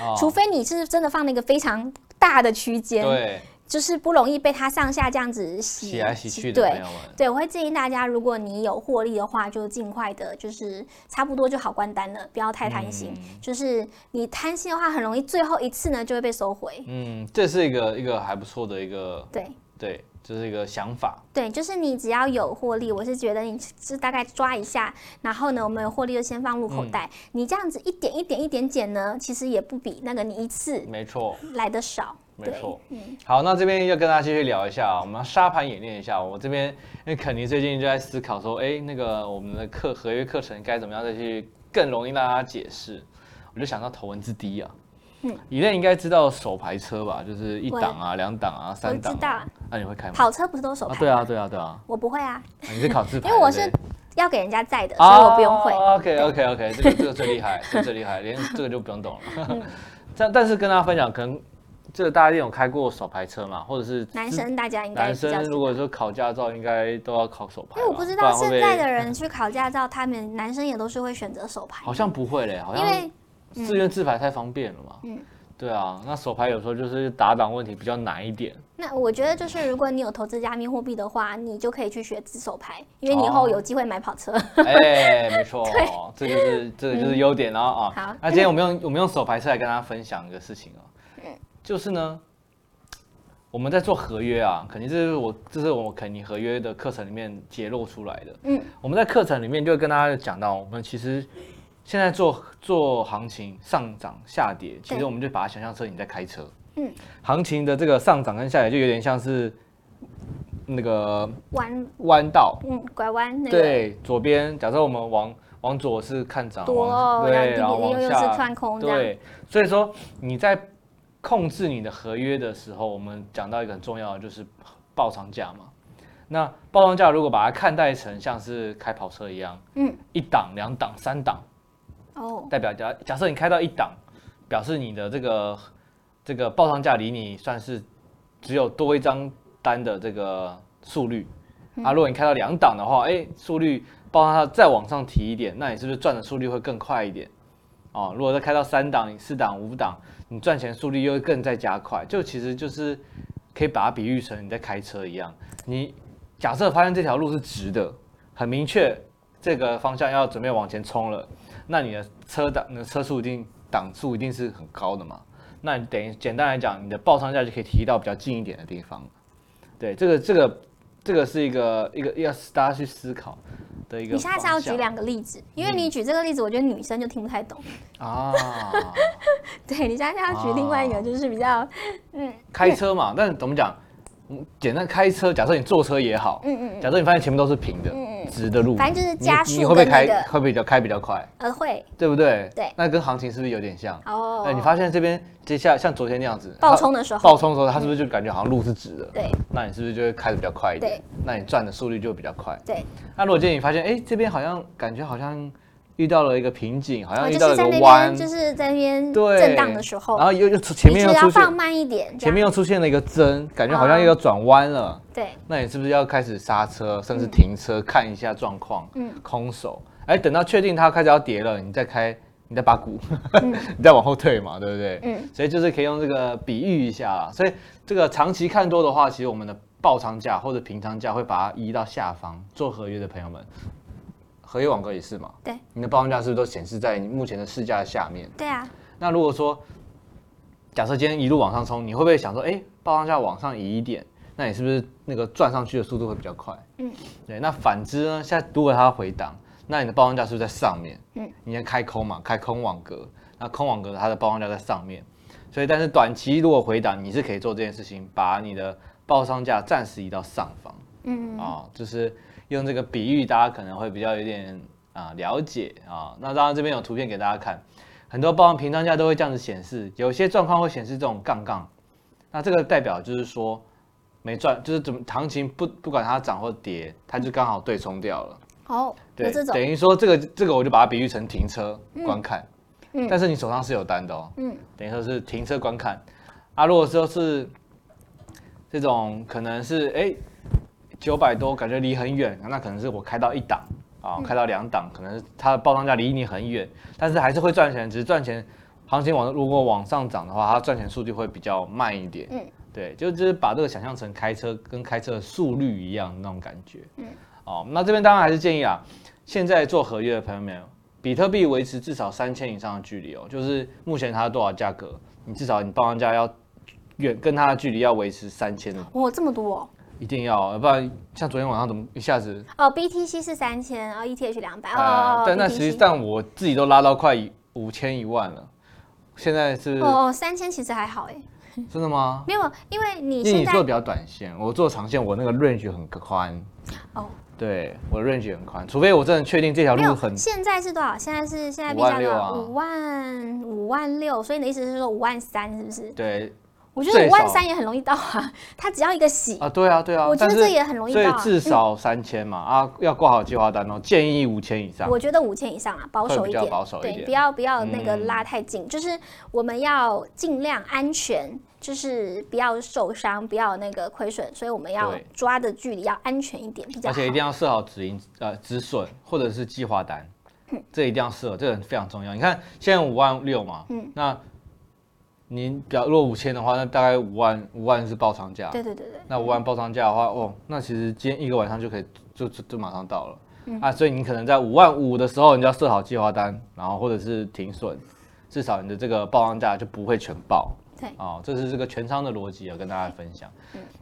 Speaker 2: 哦
Speaker 1: 除非你是真的放那个非常大的区间，
Speaker 2: 对，
Speaker 1: 就是不容易被它上下这样子洗
Speaker 2: 洗来洗去的朋
Speaker 1: 对
Speaker 2: 友。们，
Speaker 1: 对，我会建议大家，如果你有获利的话，就尽快的，就是差不多就好关单了，不要太贪心。
Speaker 2: 嗯
Speaker 1: 就是你贪心的话，很容易最后一次呢就会被收回。
Speaker 2: 嗯，这是一个一个还不错的一个，
Speaker 1: 对
Speaker 2: 对，这是一个想法，
Speaker 1: 对，就是你只要有获利，我是觉得你是大概抓一下，然后呢，我们有获利就先放入
Speaker 2: 嗯
Speaker 1: 口袋。你这样子一点一点一点减呢，其实也不比那个你一次
Speaker 2: 没错。
Speaker 1: 来的少。
Speaker 2: 没
Speaker 1: 对，嗯
Speaker 2: 错，好，那这边要跟大家继续聊一下啊，我们要沙盘演练一下。我这边，因为肯尼最近就在思考说，哎，那个我们的课合约课程该怎么样再去更容易让大家解释。我就想到头文字 D 啊，嗯
Speaker 1: 嗯，
Speaker 2: 以内应该知道手排车吧，就是一
Speaker 1: 我
Speaker 2: 档啊、两档啊、三档、
Speaker 1: 知道
Speaker 2: 啊
Speaker 1: 啊，
Speaker 2: 那、你会开吗？
Speaker 1: 跑车不是都手
Speaker 2: 啊
Speaker 1: 牌、，
Speaker 2: 对啊，，对啊，对啊，
Speaker 1: 我不会啊，
Speaker 2: 啊你是考自排的，
Speaker 1: 因为我是
Speaker 2: 对不对
Speaker 1: 要给人家载的，所
Speaker 2: 啊
Speaker 1: 以我不用会。
Speaker 2: OK OK OK，这个这个最厉害，这个最厉害，连这个就不用懂
Speaker 1: 嗯
Speaker 2: 了。 但但是跟大家分享，可能这个大家一定有开过手排车嘛，或者是
Speaker 1: 男生大家应该
Speaker 2: 男
Speaker 1: 比较
Speaker 2: 生
Speaker 1: 熟
Speaker 2: 如果说考驾照，应该都要考手牌吧。
Speaker 1: 因为我不知
Speaker 2: 然
Speaker 1: 道
Speaker 2: 会
Speaker 1: 现
Speaker 2: 被
Speaker 1: 在的 人去考驾照，他们男生也都是会选择手牌
Speaker 2: 好，像不会嘞，好
Speaker 1: 因
Speaker 2: 像
Speaker 1: 为
Speaker 2: 自愿自排太方便了嘛。
Speaker 1: 嗯
Speaker 2: 对啊，那手牌有时候就是打档问题比较难一点。
Speaker 1: 那我觉得就是如果你有投资加密货币的话，你就可以去学自手牌，因为你以后
Speaker 2: 哦
Speaker 1: 有机会买跑车。
Speaker 2: 哎，没错，这就是这个就是优点了啊。
Speaker 1: 嗯好
Speaker 2: 那今天我们用我们用手牌车来跟大家分享一个事情哦，
Speaker 1: 嗯
Speaker 2: 就是呢，我们在做合约啊，肯定这是我这是我肯尼合约的课程里面揭露出来的。
Speaker 1: 嗯，
Speaker 2: 我们在课程里面就会跟大家讲到，我们其实现在做做行情上涨下跌，其实
Speaker 1: 对
Speaker 2: 我们就把它想象成你在开车。
Speaker 1: 嗯，
Speaker 2: 行情的这个上涨跟下跌就有点像是那个
Speaker 1: 弯，
Speaker 2: 弯道，
Speaker 1: 嗯，拐弯那个。
Speaker 2: 对，左边假设我们往往左是看涨，
Speaker 1: 多
Speaker 2: 往
Speaker 1: 哦
Speaker 2: 对，然
Speaker 1: 然
Speaker 2: 后
Speaker 1: 后右
Speaker 2: 往
Speaker 1: 右
Speaker 2: 下
Speaker 1: 是看空这样
Speaker 2: 对，所以说你在控制你的合约的时候，我们讲到一个很重要的就是爆仓价嘛。那爆仓价如果把它看待成像是开跑车一样，
Speaker 1: 嗯，
Speaker 2: 一档、两档、三档，
Speaker 1: 哦，
Speaker 2: 代表假假设你开到一档，表示你的这个这个报仓价离你算是只有多一张单的这个速率。啊，如果你开到两档的话，哎、速率报仓价再往上提一点，那你是不是赚的速率会更快一点？哦，如果再开到三档、四档、五档，你赚钱速率又会更再加快。就其实就是可以把它比喻成你在开车一样，你假设发现这条路是直的，很明确这个方向要准备往前冲了，那你的车档、你的车速一定档数一定是很高的嘛。那你等于简单来讲，你的报仓价就可以提到比较近一点的地方。对，这个这个这个是一个一个要大家去思考的一个
Speaker 1: 你
Speaker 2: 方
Speaker 1: 下
Speaker 2: 向。嗯
Speaker 1: 次要举两个例子，因为你举这个例子，我觉得女生就听不太懂。
Speaker 2: 啊，
Speaker 1: 对你下次要举另外一个，就是比较，嗯
Speaker 2: 开 车嘛，但是怎么讲？嗯简单开车，假设你坐车也好，
Speaker 1: 嗯嗯嗯，
Speaker 2: 假设你发现前面都是平的、
Speaker 1: 嗯嗯
Speaker 2: 直的路，
Speaker 1: 反正就是
Speaker 2: 你
Speaker 1: 加
Speaker 2: 你
Speaker 1: 速
Speaker 2: 会不会
Speaker 1: 跟那
Speaker 2: 开？
Speaker 1: 个
Speaker 2: 会不会比较开比较快？
Speaker 1: 呃会
Speaker 2: 对不对？
Speaker 1: 对
Speaker 2: 那跟行情是不是有点像？
Speaker 1: 哦。
Speaker 2: 哎那你发现这边接下像昨天那样子
Speaker 1: 爆
Speaker 2: 它
Speaker 1: 冲的时嗯候
Speaker 2: 爆冲的时候，它是不是就感觉好像路是直的？
Speaker 1: 对
Speaker 2: 那你是不是就会开的比较快一点
Speaker 1: 对？
Speaker 2: 那你赚的速率就比较快。
Speaker 1: 对，
Speaker 2: 那如果今天你发现，哎，这边好像感觉好像遇到了一个瓶颈，好
Speaker 1: 哦
Speaker 2: 像遇
Speaker 1: 就
Speaker 2: 到了
Speaker 1: 是
Speaker 2: 一
Speaker 1: 在那
Speaker 2: 个
Speaker 1: 边
Speaker 2: 弯，
Speaker 1: 就是在那边
Speaker 2: 对，
Speaker 1: 震荡的时候
Speaker 2: 然，后又又出前面
Speaker 1: 你
Speaker 2: 又
Speaker 1: 就
Speaker 2: 出
Speaker 1: 要放
Speaker 2: 现，
Speaker 1: 慢一点，这
Speaker 2: 前面
Speaker 1: 样嗯
Speaker 2: 又出现了一个针，感觉好像又要转弯了。
Speaker 1: 对
Speaker 2: 那你是不是要开始刹车，甚至停车、看一下状况，
Speaker 1: 嗯
Speaker 2: 空手？哎，等到确定它开始要跌了，你再开，你再把股， 你再往后退嘛，对不对？
Speaker 1: 嗯
Speaker 2: 所以就是可以用这个比喻一下啦。所以这个长期看多的话，其实我们的报仓价或者平仓价会把它移到下方。做合约的朋友们，合约网格也是嘛？
Speaker 1: 对，
Speaker 2: 你的报仓价是不是都显示在你目前的市价下面？
Speaker 1: 对啊，
Speaker 2: 那如果说假设今天一路往上冲，你会不会想说，哎、报上下往上移一点，那你是不是那个赚上去的速度会比较快？
Speaker 1: 嗯，
Speaker 2: 对。那反之呢，现在如果它回档，那你的报上价是不是在上面？
Speaker 1: 嗯，
Speaker 2: 你先开空嘛，开空网格，那空网格它的报上价在上面，所以但是短期如果回档，你是可以做这件事情，把你的报上价暂时移到上方。
Speaker 1: 嗯
Speaker 2: 啊、就是用这个比喻，大家可能会比较有点啊、了解啊、那当然这边有图片给大家看，很多报案平仓价都会这样子显示，有些状况会显示这种杠杠，那这个代表就是说没赚，就是怎么行情不不管它涨或跌，它就刚好对冲掉了。
Speaker 1: 哦，有
Speaker 2: 对，
Speaker 1: 这种
Speaker 2: 等于说这个这个我就把它比喻成停车观看，
Speaker 1: 嗯
Speaker 2: 但是你手上是有单的哦，
Speaker 1: 嗯
Speaker 2: 等于说是停车观看。啊，如果说是这种可能是哎九百多，感觉离很远，那可能是我开到一档啊，
Speaker 1: 嗯
Speaker 2: 开到两档，可能是它的报账价离你很远，但是还是会赚钱，只是赚钱行情往如果往上涨的话，它赚钱速度会比较慢一点。
Speaker 1: 嗯
Speaker 2: 对，就就是把这个想象成开车跟开车的速率一样那种感觉。嗯，哦，那这边当然还是建议啊，现在做合约的朋友们，比特币维持至少三千以上的距离哦，就是目前它多少价格，你至少你报完价要远跟它的距离要维持三千的，
Speaker 1: 哇这么多哦
Speaker 2: 一定要哦，要不然像昨天晚上怎么一下子，
Speaker 1: 哦，BTC 是三千，然后 ETH 两百
Speaker 2: 呃
Speaker 1: 哦，，
Speaker 2: 但那实际
Speaker 1: BTC
Speaker 2: 上我自己都拉到快五千一万了，现在是
Speaker 1: 哦哦三千其实还好哎，
Speaker 2: 真的吗？
Speaker 1: 没有，因为你
Speaker 2: 因为
Speaker 1: 现
Speaker 2: 你
Speaker 1: 在
Speaker 2: 做比较短线，我做长线，我那个 range 很宽。
Speaker 1: 哦
Speaker 2: 对，我的 range 很宽，除非我真的确定这条
Speaker 1: 没
Speaker 2: 路
Speaker 1: 有
Speaker 2: 很，
Speaker 1: 现在是多少？现在是现在
Speaker 2: 5
Speaker 1: B 价多少？
Speaker 2: 万6啊
Speaker 1: 五万五万六，所以你的意思是说五万三是不是？
Speaker 2: 对
Speaker 1: 我觉得
Speaker 2: 最
Speaker 1: 五万
Speaker 2: 少
Speaker 1: 三也很容易到啊， 它只要一个洗，
Speaker 2: 啊，对啊，对啊，
Speaker 1: 我觉
Speaker 2: 但
Speaker 1: 得
Speaker 2: 是
Speaker 1: 这也很容易
Speaker 2: 所以
Speaker 1: 到啊。
Speaker 2: 至少三千嘛，啊，要挂好计划单哦，建议五千以上
Speaker 1: 我觉得五千以上啊，保守一
Speaker 2: 会比
Speaker 1: 点，
Speaker 2: 较保守一
Speaker 1: 对，
Speaker 2: 点
Speaker 1: 不要不要那个
Speaker 2: 嗯
Speaker 1: 拉太紧，就是我们要尽量安全，就是不要受伤，不要那个亏损，所以我们要
Speaker 2: 对
Speaker 1: 抓的距离要安全一点比较
Speaker 2: 而
Speaker 1: 好
Speaker 2: 且一。定要设好止盈呃止损或者是计划单，
Speaker 1: 嗯
Speaker 2: 这一定要设，这个非常重要。你看现在五万六嘛，
Speaker 1: 嗯
Speaker 2: 那您比较如果五千的话，那大概五万五万是爆仓价，
Speaker 1: 对对对对，
Speaker 2: 那五万爆仓价的话，哦，那其实今天一个晚上就可以就就就马上到了、
Speaker 1: 嗯
Speaker 2: 啊，所以你可能在五万五的时候，你就要设好计划单，然后或者是停损，至少你的这个爆仓价就不会全爆。
Speaker 1: 对嗯
Speaker 2: 哦，这是这个全仓的逻辑，啊有跟大家分享。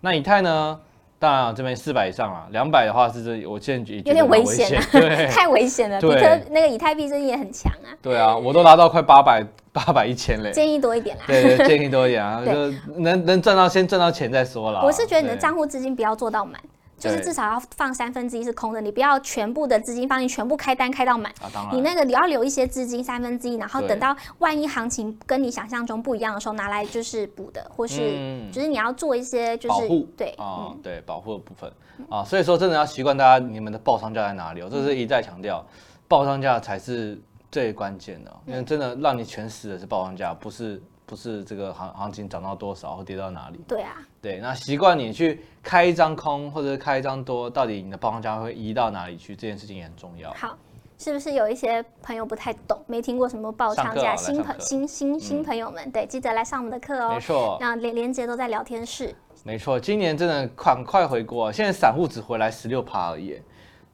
Speaker 2: 那以太呢？当然这边四百以上啊，两百的话是这，我现在也觉
Speaker 1: 有
Speaker 2: 得
Speaker 1: 点
Speaker 2: 蛮
Speaker 1: 危
Speaker 2: 危，
Speaker 1: 险啊
Speaker 2: 对
Speaker 1: 太危险了。比
Speaker 2: 对
Speaker 1: 特那个以太币最近也很强啊，
Speaker 2: 对啊，我都拿到快八百八百一千嘞。
Speaker 1: 建议多一点啦。
Speaker 2: 对对，建议多一点啊，
Speaker 1: 对
Speaker 2: 就能能赚到先赚到钱再说啦。
Speaker 1: 我是觉得你的
Speaker 2: 对
Speaker 1: 账户资金不要做到满，就是
Speaker 2: 对
Speaker 1: 至少要放三分之一是空的，你不要全部的资金放进去，全部开单开到满。
Speaker 2: 啊，当然
Speaker 1: 你那个你要留一些资金三分之一，然后
Speaker 2: 对
Speaker 1: 等到万一行情跟你想象中不一样的时候，拿来就是补的，或是
Speaker 2: 嗯
Speaker 1: 就是你要做一些就
Speaker 2: 保
Speaker 1: 是
Speaker 2: 护
Speaker 1: 对，
Speaker 2: 啊、
Speaker 1: 嗯，
Speaker 2: 对保护的部分啊，所以说真的要习惯大家你们的爆仓价在哪里哦，这
Speaker 1: 嗯
Speaker 2: 是一再强调，爆仓价才是最关键的哦，因为真的让你全死的是爆仓价，不是不是这个行行情涨到多少或跌到哪里。
Speaker 1: 对啊，
Speaker 2: 对，那习惯你去开一张空或者是开一张多，到底你的爆仓价会移到哪里去，这件事情也很重要。
Speaker 1: 好。是不是有一些朋友不太懂，没听过什么爆
Speaker 2: 上
Speaker 1: 仓
Speaker 2: 课啊
Speaker 1: 价？
Speaker 2: 来
Speaker 1: 新
Speaker 2: 上
Speaker 1: 朋
Speaker 2: 课嗯
Speaker 1: 新新新朋友们，对，记得来上我们的课哦
Speaker 2: 没。错，
Speaker 1: 那连连接都在聊天室，
Speaker 2: 没错，今年真的快快回锅、啊，现在散户只回来十六趴而已耶，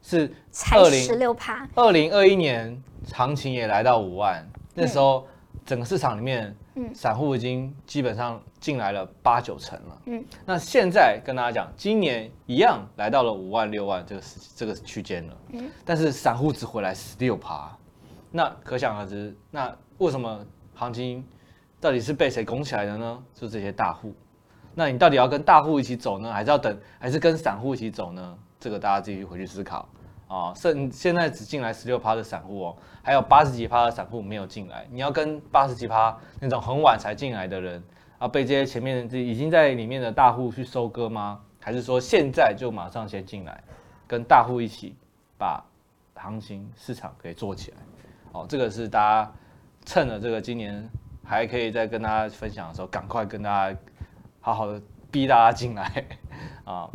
Speaker 2: 是
Speaker 1: 才
Speaker 2: 20
Speaker 1: 十六趴，
Speaker 2: 二零二一年行情也来到五万，那时候整个市场里面，
Speaker 1: 嗯
Speaker 2: 散户已经基本上进来了八九成了，
Speaker 1: 嗯，
Speaker 2: 那现在跟大家讲，今年一样来到了五万六万这个时这个区间了，
Speaker 1: 嗯，
Speaker 2: 但是散户只回来十六趴，那可想而知，那为什么行情到底是被谁拱起来的呢？就这些大户，那你到底要跟大户一起走呢，还是要等，还是跟散户一起走呢？这个大家自己回去思考。啊，甚现在只进来十六趴的散户哦，还有八十几趴的散户没有进来。你要跟八十几趴那种很晚才进来的人啊，被这些前面这已经在里面的大户去收割吗？还是说现在就马上先进来，跟大户一起把行情市场给做起来？哦，这个是大家趁着这个今年还可以再跟大家分享的时候，赶快跟大家好好的逼大家进来 啊。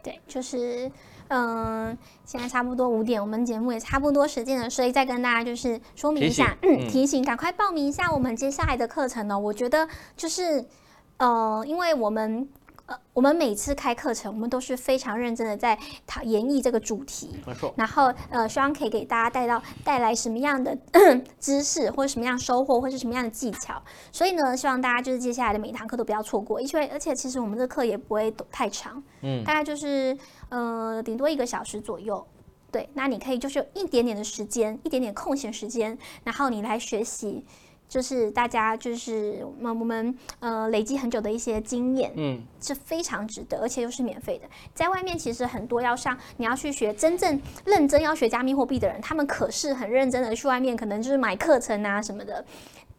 Speaker 1: 对，就是嗯，现在差不多五点，我们节目也差不多时间了，所以再跟大家就是说明一下，
Speaker 2: 提醒
Speaker 1: 嗯
Speaker 2: 嗯
Speaker 1: 提醒赶快报名一下我们接下来的课程哦。我觉得就是呃，因为我们。呃，我们每次开课程，我们都是非常认真的在讨演绎这个主题，
Speaker 2: 没错，
Speaker 1: 然后呃，希望可以给大家带到带来什么样的 知识，或者什么样的收获，或是什么样的技巧。所以呢，希望大家就是接下来的每一堂课都不要错过，因为而且其实我们这课也不会太长，
Speaker 2: 嗯
Speaker 1: 大概就是呃顶多一个小时左右。对，那你可以就是有一点点的时间，一点点空闲时间，然后你来学习，就是大家就是我们我们呃累积很久的一些经验，
Speaker 2: 嗯。
Speaker 1: 是非常值得，而且又是免费的。在外面其实很多要上，你要去学真正认真要学加密货币的人，他们可是很认真的去外面，可能就是买课程啊什么的。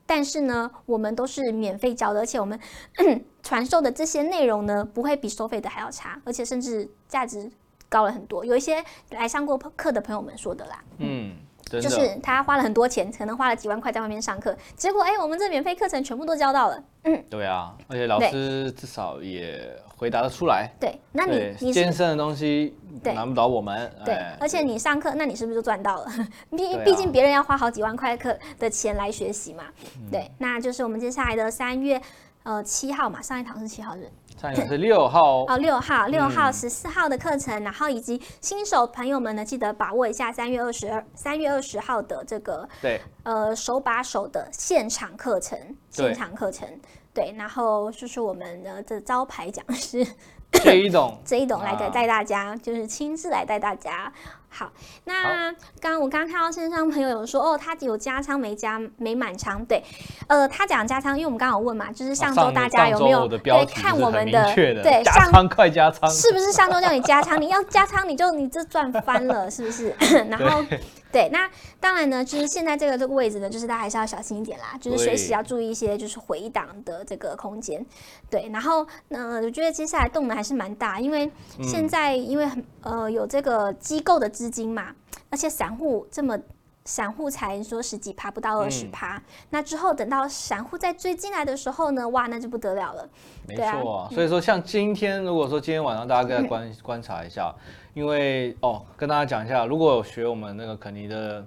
Speaker 1: 但是呢，我们都是免费教的，而且我们 传授的这些内容呢，不会比收费的还要差，而且甚至价值高了很多。有一些来上过课的朋友们说的啦，
Speaker 2: 嗯，真的，
Speaker 1: 就是他花了很多钱，可能花了几万块在外面上课，结果哎，我们这免费课程全部都教到了。
Speaker 2: 对啊，而且老
Speaker 1: 对
Speaker 2: 师至少也回答得出来，
Speaker 1: 对，那你
Speaker 2: 对
Speaker 1: 你是
Speaker 2: 艰深的东西
Speaker 1: 对
Speaker 2: 难不倒我们，
Speaker 1: 对
Speaker 2: 哎，
Speaker 1: 而且你上课，那你是不是就赚到了？ 毕
Speaker 2: 对啊
Speaker 1: 毕竟别人要花好几万块课的钱来学习嘛。
Speaker 2: 嗯
Speaker 1: 对，那就是我们接下来的三月。呃，七号嘛，上一堂是七号日，
Speaker 2: 上一个是 六号
Speaker 1: 哦，六号、六
Speaker 2: 嗯
Speaker 1: 号、十四号的课程，然后以及新手朋友们呢，记得把握一下三月二十二、三月二十号的这个
Speaker 2: 对，
Speaker 1: 呃手把手的现场课程，现
Speaker 2: 对
Speaker 1: 场课程，对，然后就是我们的这招牌讲师，
Speaker 2: 这一种
Speaker 1: 这一种来给
Speaker 2: 啊
Speaker 1: 带大家，就是亲自来带大家。好，那刚刚我刚刚看到线上朋友有说，哦，他有加仓没加没满仓，对，呃，他讲加仓，因为我们刚刚有问嘛，就是 上周
Speaker 2: 啊上
Speaker 1: 大家有没
Speaker 2: 上周
Speaker 1: 有
Speaker 2: 我的
Speaker 1: 对
Speaker 2: 标题
Speaker 1: 看
Speaker 2: 是
Speaker 1: 我
Speaker 2: 很
Speaker 1: 们
Speaker 2: 明
Speaker 1: 的
Speaker 2: 确的
Speaker 1: 对
Speaker 2: 加
Speaker 1: 上
Speaker 2: 仓快加仓，
Speaker 1: 是不是上周叫你加仓？你要加仓，你就你这赚翻了，是不是？ 然后对，那当然呢，就是现在这个这个位置呢，就是大家还是要小心一点啦，就是随时
Speaker 2: 对
Speaker 1: 要注意一些就是回档的这个空间。对，然后呃，我觉得接下来动能还是蛮大，因为现在因为很呃有这个机构的资金嘛，而且散户这么。散户才说十几趴，不到二十趴。那之后等到散户再追进来的时候呢，哇，那就不得了了。
Speaker 2: 没
Speaker 1: 对啊
Speaker 2: 错啊，所以说像今天，如果说今天晚上大家再 观观察一下，因为哦，跟大家讲一下，如果有学我们那个肯尼的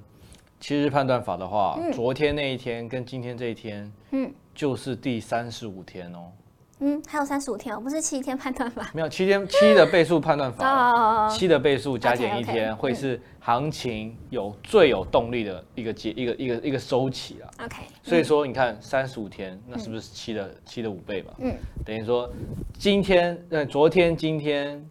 Speaker 2: 七日判断法的话，昨天那一天跟今天这一天，
Speaker 1: 嗯，
Speaker 2: 就是第三十五天哦，
Speaker 1: 嗯，还有三十五天哦，不是七天判断法。
Speaker 2: 没有七天七的倍数判断法 哦，
Speaker 1: 哦，
Speaker 2: 七的倍数加减一
Speaker 1: OK，OK，
Speaker 2: 天，会是行情有最有动力的一个结一个一个一个收起啊。
Speaker 1: OK，
Speaker 2: 所以说，你看三十五天，那是不是七的七的五倍嘛？
Speaker 1: 嗯，
Speaker 2: 等于说今天呃，昨天今天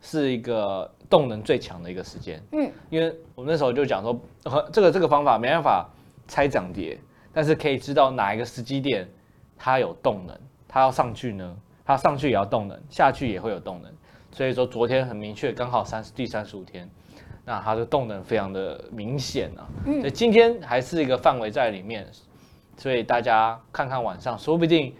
Speaker 2: 是一个动能最强的一个时间。
Speaker 1: 嗯，
Speaker 2: 因为我们那时候就讲说，呃这个这个方法没办法猜涨跌，但是可以知道哪一个时机点它有动能，它要上去呢，它上去也要动能，下去也会有动能。所以说昨天很明确，刚好三十第三十五天，那它的动能非常的明显啊。
Speaker 1: 嗯
Speaker 2: 所以今天还是一个范围在里面，所以大家看看晚上，说不定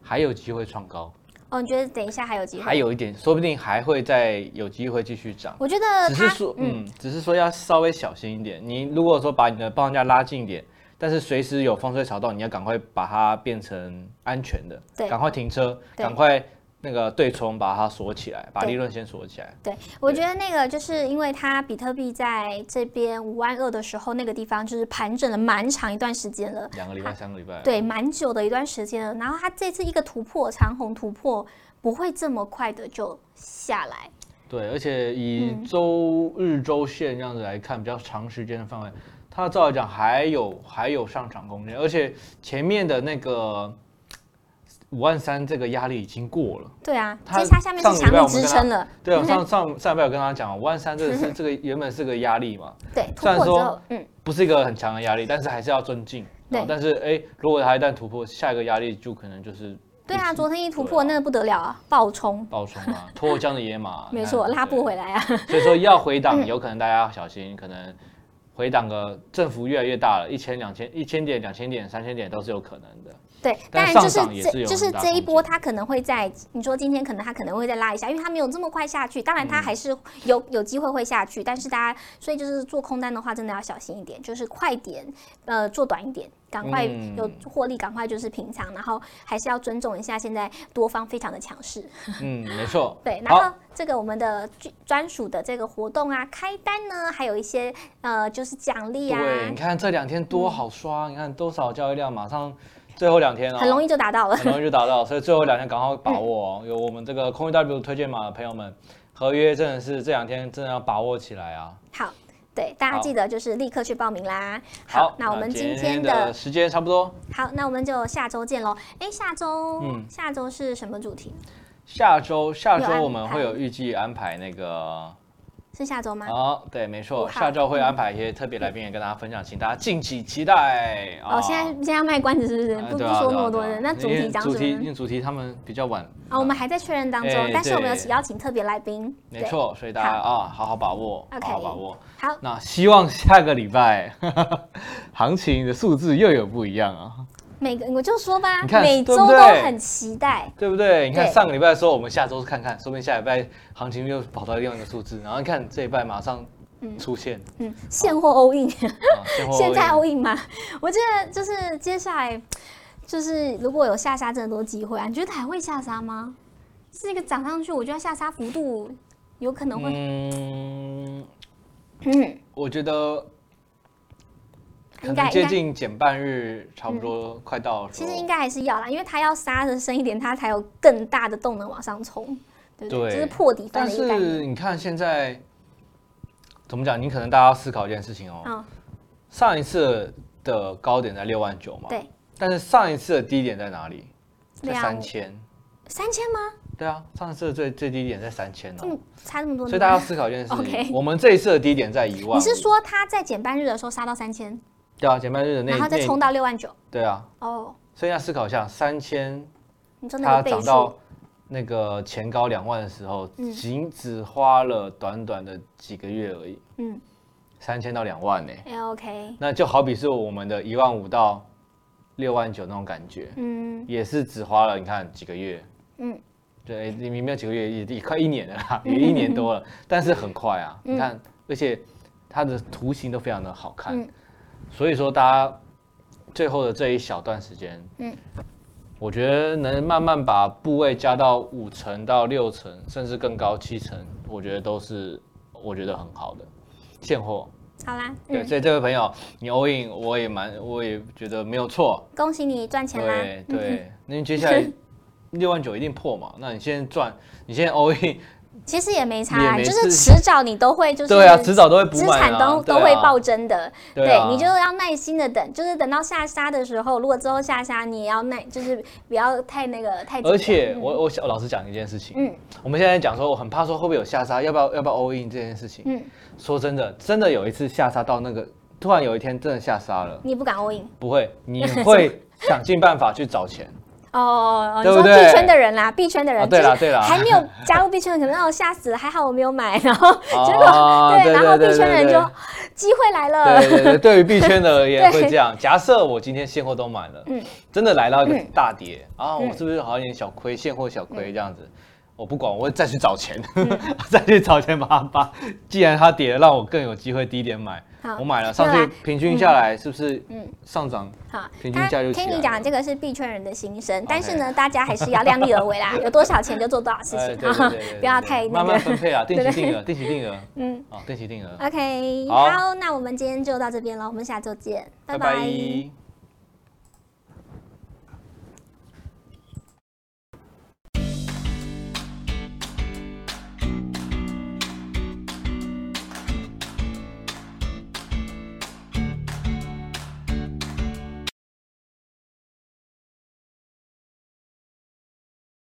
Speaker 2: 还有机会创高，
Speaker 1: 哦，你觉得等一下还有机会？
Speaker 2: 还，有一点，说不定还会再有机会继续涨。
Speaker 1: 我觉得
Speaker 2: 只是
Speaker 1: 他，
Speaker 2: 说，嗯，只是说要稍微小心一点。你如果说把你的报价拉近一点，但是随时有风吹草动，你要赶快把它变成安全的，
Speaker 1: 对
Speaker 2: 赶快停车，
Speaker 1: 对
Speaker 2: 赶快那个对冲把它锁起来，把
Speaker 1: 对
Speaker 2: 利润先锁起来。
Speaker 1: 对，我
Speaker 2: 对
Speaker 1: 觉得那个就是因为它比特币在这边五万二的时候，那个地方就是盘整了蛮长一段时间了。
Speaker 2: 两个礼拜、三个礼拜，
Speaker 1: 对，蛮久的一段时间了。然后它这次一个突破，长虹突破不会这么快的就下来，
Speaker 2: 对，而且以
Speaker 1: 嗯
Speaker 2: 周日周线这样子来看，比较长时间的范围，它照来讲还有还有上涨空间，而且前面的那个五万三这个压力已经过了。
Speaker 1: 对啊，
Speaker 2: 它
Speaker 1: 其实它下面
Speaker 2: 上
Speaker 1: 是
Speaker 2: 礼
Speaker 1: 强
Speaker 2: 拜我
Speaker 1: 力
Speaker 2: 们
Speaker 1: 支
Speaker 2: 跟它
Speaker 1: 撑了，
Speaker 2: 对啊，上上上礼拜有跟大家讲，五万三这 个是这个原本是个压力嘛，
Speaker 1: 对，突
Speaker 2: 虽然
Speaker 1: 破之
Speaker 2: 说
Speaker 1: 后，嗯，
Speaker 2: 不是一个很强的压力，但是还是要尊敬。
Speaker 1: 对
Speaker 2: 啊但是哎，如果它一旦突破，下一个压力就可能就是
Speaker 1: 对啊，
Speaker 2: 一
Speaker 1: 昨天一突破
Speaker 2: 对啊
Speaker 1: 那个不得了啊，爆冲，
Speaker 2: 暴冲 啊，脱缰的野马，
Speaker 1: 没错，
Speaker 2: 那
Speaker 1: 拉不
Speaker 2: 对
Speaker 1: 回来啊，
Speaker 2: 所以说要回
Speaker 1: 嗯
Speaker 2: 档，有可能大家要小心，可能回档个振幅越来越大了，一千、两千、一千点、两千点、三千点都是有可能 的。
Speaker 1: 对，当
Speaker 2: 但
Speaker 1: 然
Speaker 2: 上
Speaker 1: 就是
Speaker 2: 涨也是
Speaker 1: 这
Speaker 2: 有
Speaker 1: 就是
Speaker 2: 很大
Speaker 1: 这一
Speaker 2: 空
Speaker 1: 波，
Speaker 2: 间
Speaker 1: 它可能会在你说今天可能它可能会再拉一下，因为它没有这么快下去，当然
Speaker 2: 嗯
Speaker 1: 它还是有有机会会下去，但是大家所以就是做空单的话，真的要小心一点，就是快点呃做短一点，赶快
Speaker 2: 嗯
Speaker 1: 有获利，赶快就是平仓，然后还是要尊重一下现在多方非常的强势。
Speaker 2: 嗯，没错。
Speaker 1: 对，然
Speaker 2: 好，
Speaker 1: 后这个我们的专专属的这个活动啊，开单呢，还有一些呃就是奖励啊，
Speaker 2: 对，你看这两天多好刷，你看多少交易量，马上最后两天哦，
Speaker 1: 嗯很容易就达到了。
Speaker 2: 很容易就达到，所以最后两天赶快把握哦。有我们这个空运 W 推荐码的朋友们，合约真的是这两天真的要把握起来啊。
Speaker 1: 好，对，大家
Speaker 2: 好
Speaker 1: 记得就是立刻去报名啦。那我们今天
Speaker 2: 的
Speaker 1: 的
Speaker 2: 时间差不多，
Speaker 1: 好，那我们就下周见喽。哎，下周，
Speaker 2: 嗯
Speaker 1: 下周是什么主题？
Speaker 2: 下周下
Speaker 1: 有安
Speaker 2: 周我们
Speaker 1: 排
Speaker 2: 会有预计安排那个。
Speaker 1: 是下周吗？
Speaker 2: 好，对，没
Speaker 1: 五
Speaker 2: 错，
Speaker 1: 号
Speaker 2: 下周会安排一些特别来宾也跟大家分享，请大家敬请期待。啊
Speaker 1: 哦，现在现在要卖关子是不是？
Speaker 2: 哎
Speaker 1: 不不
Speaker 2: 对啊
Speaker 1: 说
Speaker 2: 对
Speaker 1: 那
Speaker 2: 啊
Speaker 1: 么多
Speaker 2: 对啊
Speaker 1: 人，那主
Speaker 2: 因
Speaker 1: 题
Speaker 2: 为
Speaker 1: 讲
Speaker 2: 主
Speaker 1: 什
Speaker 2: 题，因
Speaker 1: 么呢？
Speaker 2: 为主题他们比较晚
Speaker 1: 哦，我们还在确认当中
Speaker 2: 哎，
Speaker 1: 但是我们有
Speaker 2: 对
Speaker 1: 邀请特别来宾。
Speaker 2: 没
Speaker 1: 对，
Speaker 2: 错，所以大家啊，好好把握，
Speaker 1: OK
Speaker 2: 好好把握。
Speaker 1: 好，
Speaker 2: 那希望下个礼拜 行情的数字又有不一样啊，
Speaker 1: 每个我就说吧，
Speaker 2: 你看
Speaker 1: 每
Speaker 2: 对
Speaker 1: 周
Speaker 2: 不
Speaker 1: 都
Speaker 2: 对
Speaker 1: 很期待。
Speaker 2: 对不对？你看
Speaker 1: 对
Speaker 2: 上个礼拜说我们下周看看，说不定下礼拜行情又跑到另外一个数字，然后你看这一拜马上出现，
Speaker 1: 嗯，现货 all in，
Speaker 2: 啊现货
Speaker 1: 现在
Speaker 2: all in
Speaker 1: all in 吗？ 我觉得就是接下来，就是如果有下杀，真的多机会啊。你觉得还会下杀吗？这个涨上去，我觉得下杀幅度有可能会，
Speaker 2: 嗯，
Speaker 1: 嗯，
Speaker 2: 我觉得
Speaker 1: 应
Speaker 2: 可能
Speaker 1: 该
Speaker 2: 接
Speaker 1: 应该，
Speaker 2: 近减半日，差不多快到了时
Speaker 1: 其
Speaker 2: 候。
Speaker 1: 实应该还是要啦，因为它要杀的深一点，它才有更大的动能往上冲，对不对？
Speaker 2: 对
Speaker 1: 这是破底翻
Speaker 2: 但
Speaker 1: 的一个概念。
Speaker 2: 是你看现在怎么讲？你可能大家要思考一件事情哦。
Speaker 1: 嗯
Speaker 2: 上一次的高点在六万九嘛，
Speaker 1: 对。
Speaker 2: 但是上一次的低点在哪里？在
Speaker 1: 两
Speaker 2: 三千。
Speaker 1: 三千吗？
Speaker 2: 对啊，上次的最最低点在三千
Speaker 1: 这
Speaker 2: 哦
Speaker 1: 么。差这么多呢？
Speaker 2: 所以大家要思考一 件事
Speaker 1: OK
Speaker 2: 情，我们这一次的低点在一万。
Speaker 1: 你是说它在减半日的时候杀到三千，
Speaker 2: 对啊，前半日的那
Speaker 1: 然后再
Speaker 2: 那
Speaker 1: 冲到六万九？
Speaker 2: 对啊，
Speaker 1: 哦，
Speaker 2: 所以要思考一下，三千
Speaker 1: 你说那
Speaker 2: 它
Speaker 1: 个倍
Speaker 2: 涨
Speaker 1: 数
Speaker 2: 到？那个前高两万的时候，
Speaker 1: 嗯
Speaker 2: 仅只花了短短的几个月而已，
Speaker 1: 嗯
Speaker 2: 三千到两万呢、
Speaker 1: 哎，OK，
Speaker 2: 那就好比是我们的一万五到六万九那种感觉，
Speaker 1: 嗯
Speaker 2: 也是只花了你看几个月，
Speaker 1: 嗯，
Speaker 2: 对，你没有几个月，也也快一年了啦，也一年多了，但是很快啊，
Speaker 1: 嗯
Speaker 2: 你看，而且它的图形都非常的好看
Speaker 1: 嗯，
Speaker 2: 所以说大家最后的这一小段时间，
Speaker 1: 嗯
Speaker 2: 我觉得能慢慢把部位加到五成到六成，甚至更高七成，我觉得都是我觉得很好的现货。
Speaker 1: 好啦，
Speaker 2: 对，
Speaker 1: 嗯，
Speaker 2: 所以这位朋友，你 all in，我也蛮，我也觉得没有错。
Speaker 1: 恭喜你赚钱啦！嗯
Speaker 2: 对对， 那你接下来六万九一定破嘛？那你现在赚，你现在 all in，
Speaker 1: 其实也没差
Speaker 2: 也
Speaker 1: 啦，
Speaker 2: 没
Speaker 1: 就是
Speaker 2: 事
Speaker 1: 迟早你都会就是
Speaker 2: 对啊，迟早都会补
Speaker 1: 资
Speaker 2: 满
Speaker 1: 产
Speaker 2: 啊，
Speaker 1: 都
Speaker 2: 对
Speaker 1: 都会
Speaker 2: 啊
Speaker 1: 暴增的，
Speaker 2: 对啊
Speaker 1: 你就要耐心的等，就是等到下杀的时候，如果之后下杀，你也要耐，就是不要太那个太紧张。
Speaker 2: 而且
Speaker 1: 嗯
Speaker 2: 我我想老实讲一件事情，
Speaker 1: 嗯
Speaker 2: 我们现在讲说我很怕说会不会有下杀，要不要要不要 all in 这件事情。
Speaker 1: 嗯，
Speaker 2: 说真的，真的有一次下杀到那个，突然有一天真的下杀了，
Speaker 1: 你不敢 all in
Speaker 2: 不会， 你会想尽办法去找钱。
Speaker 1: 哦哦，哦你
Speaker 2: 对
Speaker 1: 说
Speaker 2: 不
Speaker 1: 币
Speaker 2: 对
Speaker 1: 圈的人啦，币圈的人，
Speaker 2: 啊对啦
Speaker 1: 就是
Speaker 2: 对啦
Speaker 1: 还没有加入币圈的，可能哦吓死了，还好我没有买，然后结果、
Speaker 2: 啊
Speaker 1: 对，
Speaker 2: 对
Speaker 1: 然后
Speaker 2: 对
Speaker 1: 币
Speaker 2: 对
Speaker 1: 圈的人
Speaker 2: 对
Speaker 1: 就哦机会来了，
Speaker 2: 对对对，对于币圈的而言
Speaker 1: 对
Speaker 2: 会这样。假设我今天现货都买了，
Speaker 1: 嗯
Speaker 2: 真的来到一个大跌啊，
Speaker 1: 嗯
Speaker 2: 我是不是好像有点小亏，现货小亏这样子？我不管，我会再去找钱，再去找钱把它把。既然它跌了，让我更有机会低点买。
Speaker 1: 好
Speaker 2: 我买了，上去
Speaker 1: 对啊
Speaker 2: 平均下来是不是
Speaker 1: 嗯
Speaker 2: 上涨？
Speaker 1: 好，
Speaker 2: 平均
Speaker 1: 他
Speaker 2: 价就起
Speaker 1: 听
Speaker 2: 来
Speaker 1: 你
Speaker 2: 了
Speaker 1: 讲这个是币圈人的心声，但是呢，大家还是要量力而为 啦，有多少钱就做多少事
Speaker 2: 哎
Speaker 1: 情，
Speaker 2: 对对对对对
Speaker 1: 不要
Speaker 2: 对
Speaker 1: 太那
Speaker 2: 慢慢
Speaker 1: 个。
Speaker 2: 分配啊，定期
Speaker 1: 对
Speaker 2: 定额，定期定额
Speaker 1: 嗯
Speaker 2: 啊，定期定额。
Speaker 1: ，OK，
Speaker 2: 好
Speaker 1: 好，那我们今天就到这边了，我们下周见，拜拜
Speaker 2: 拜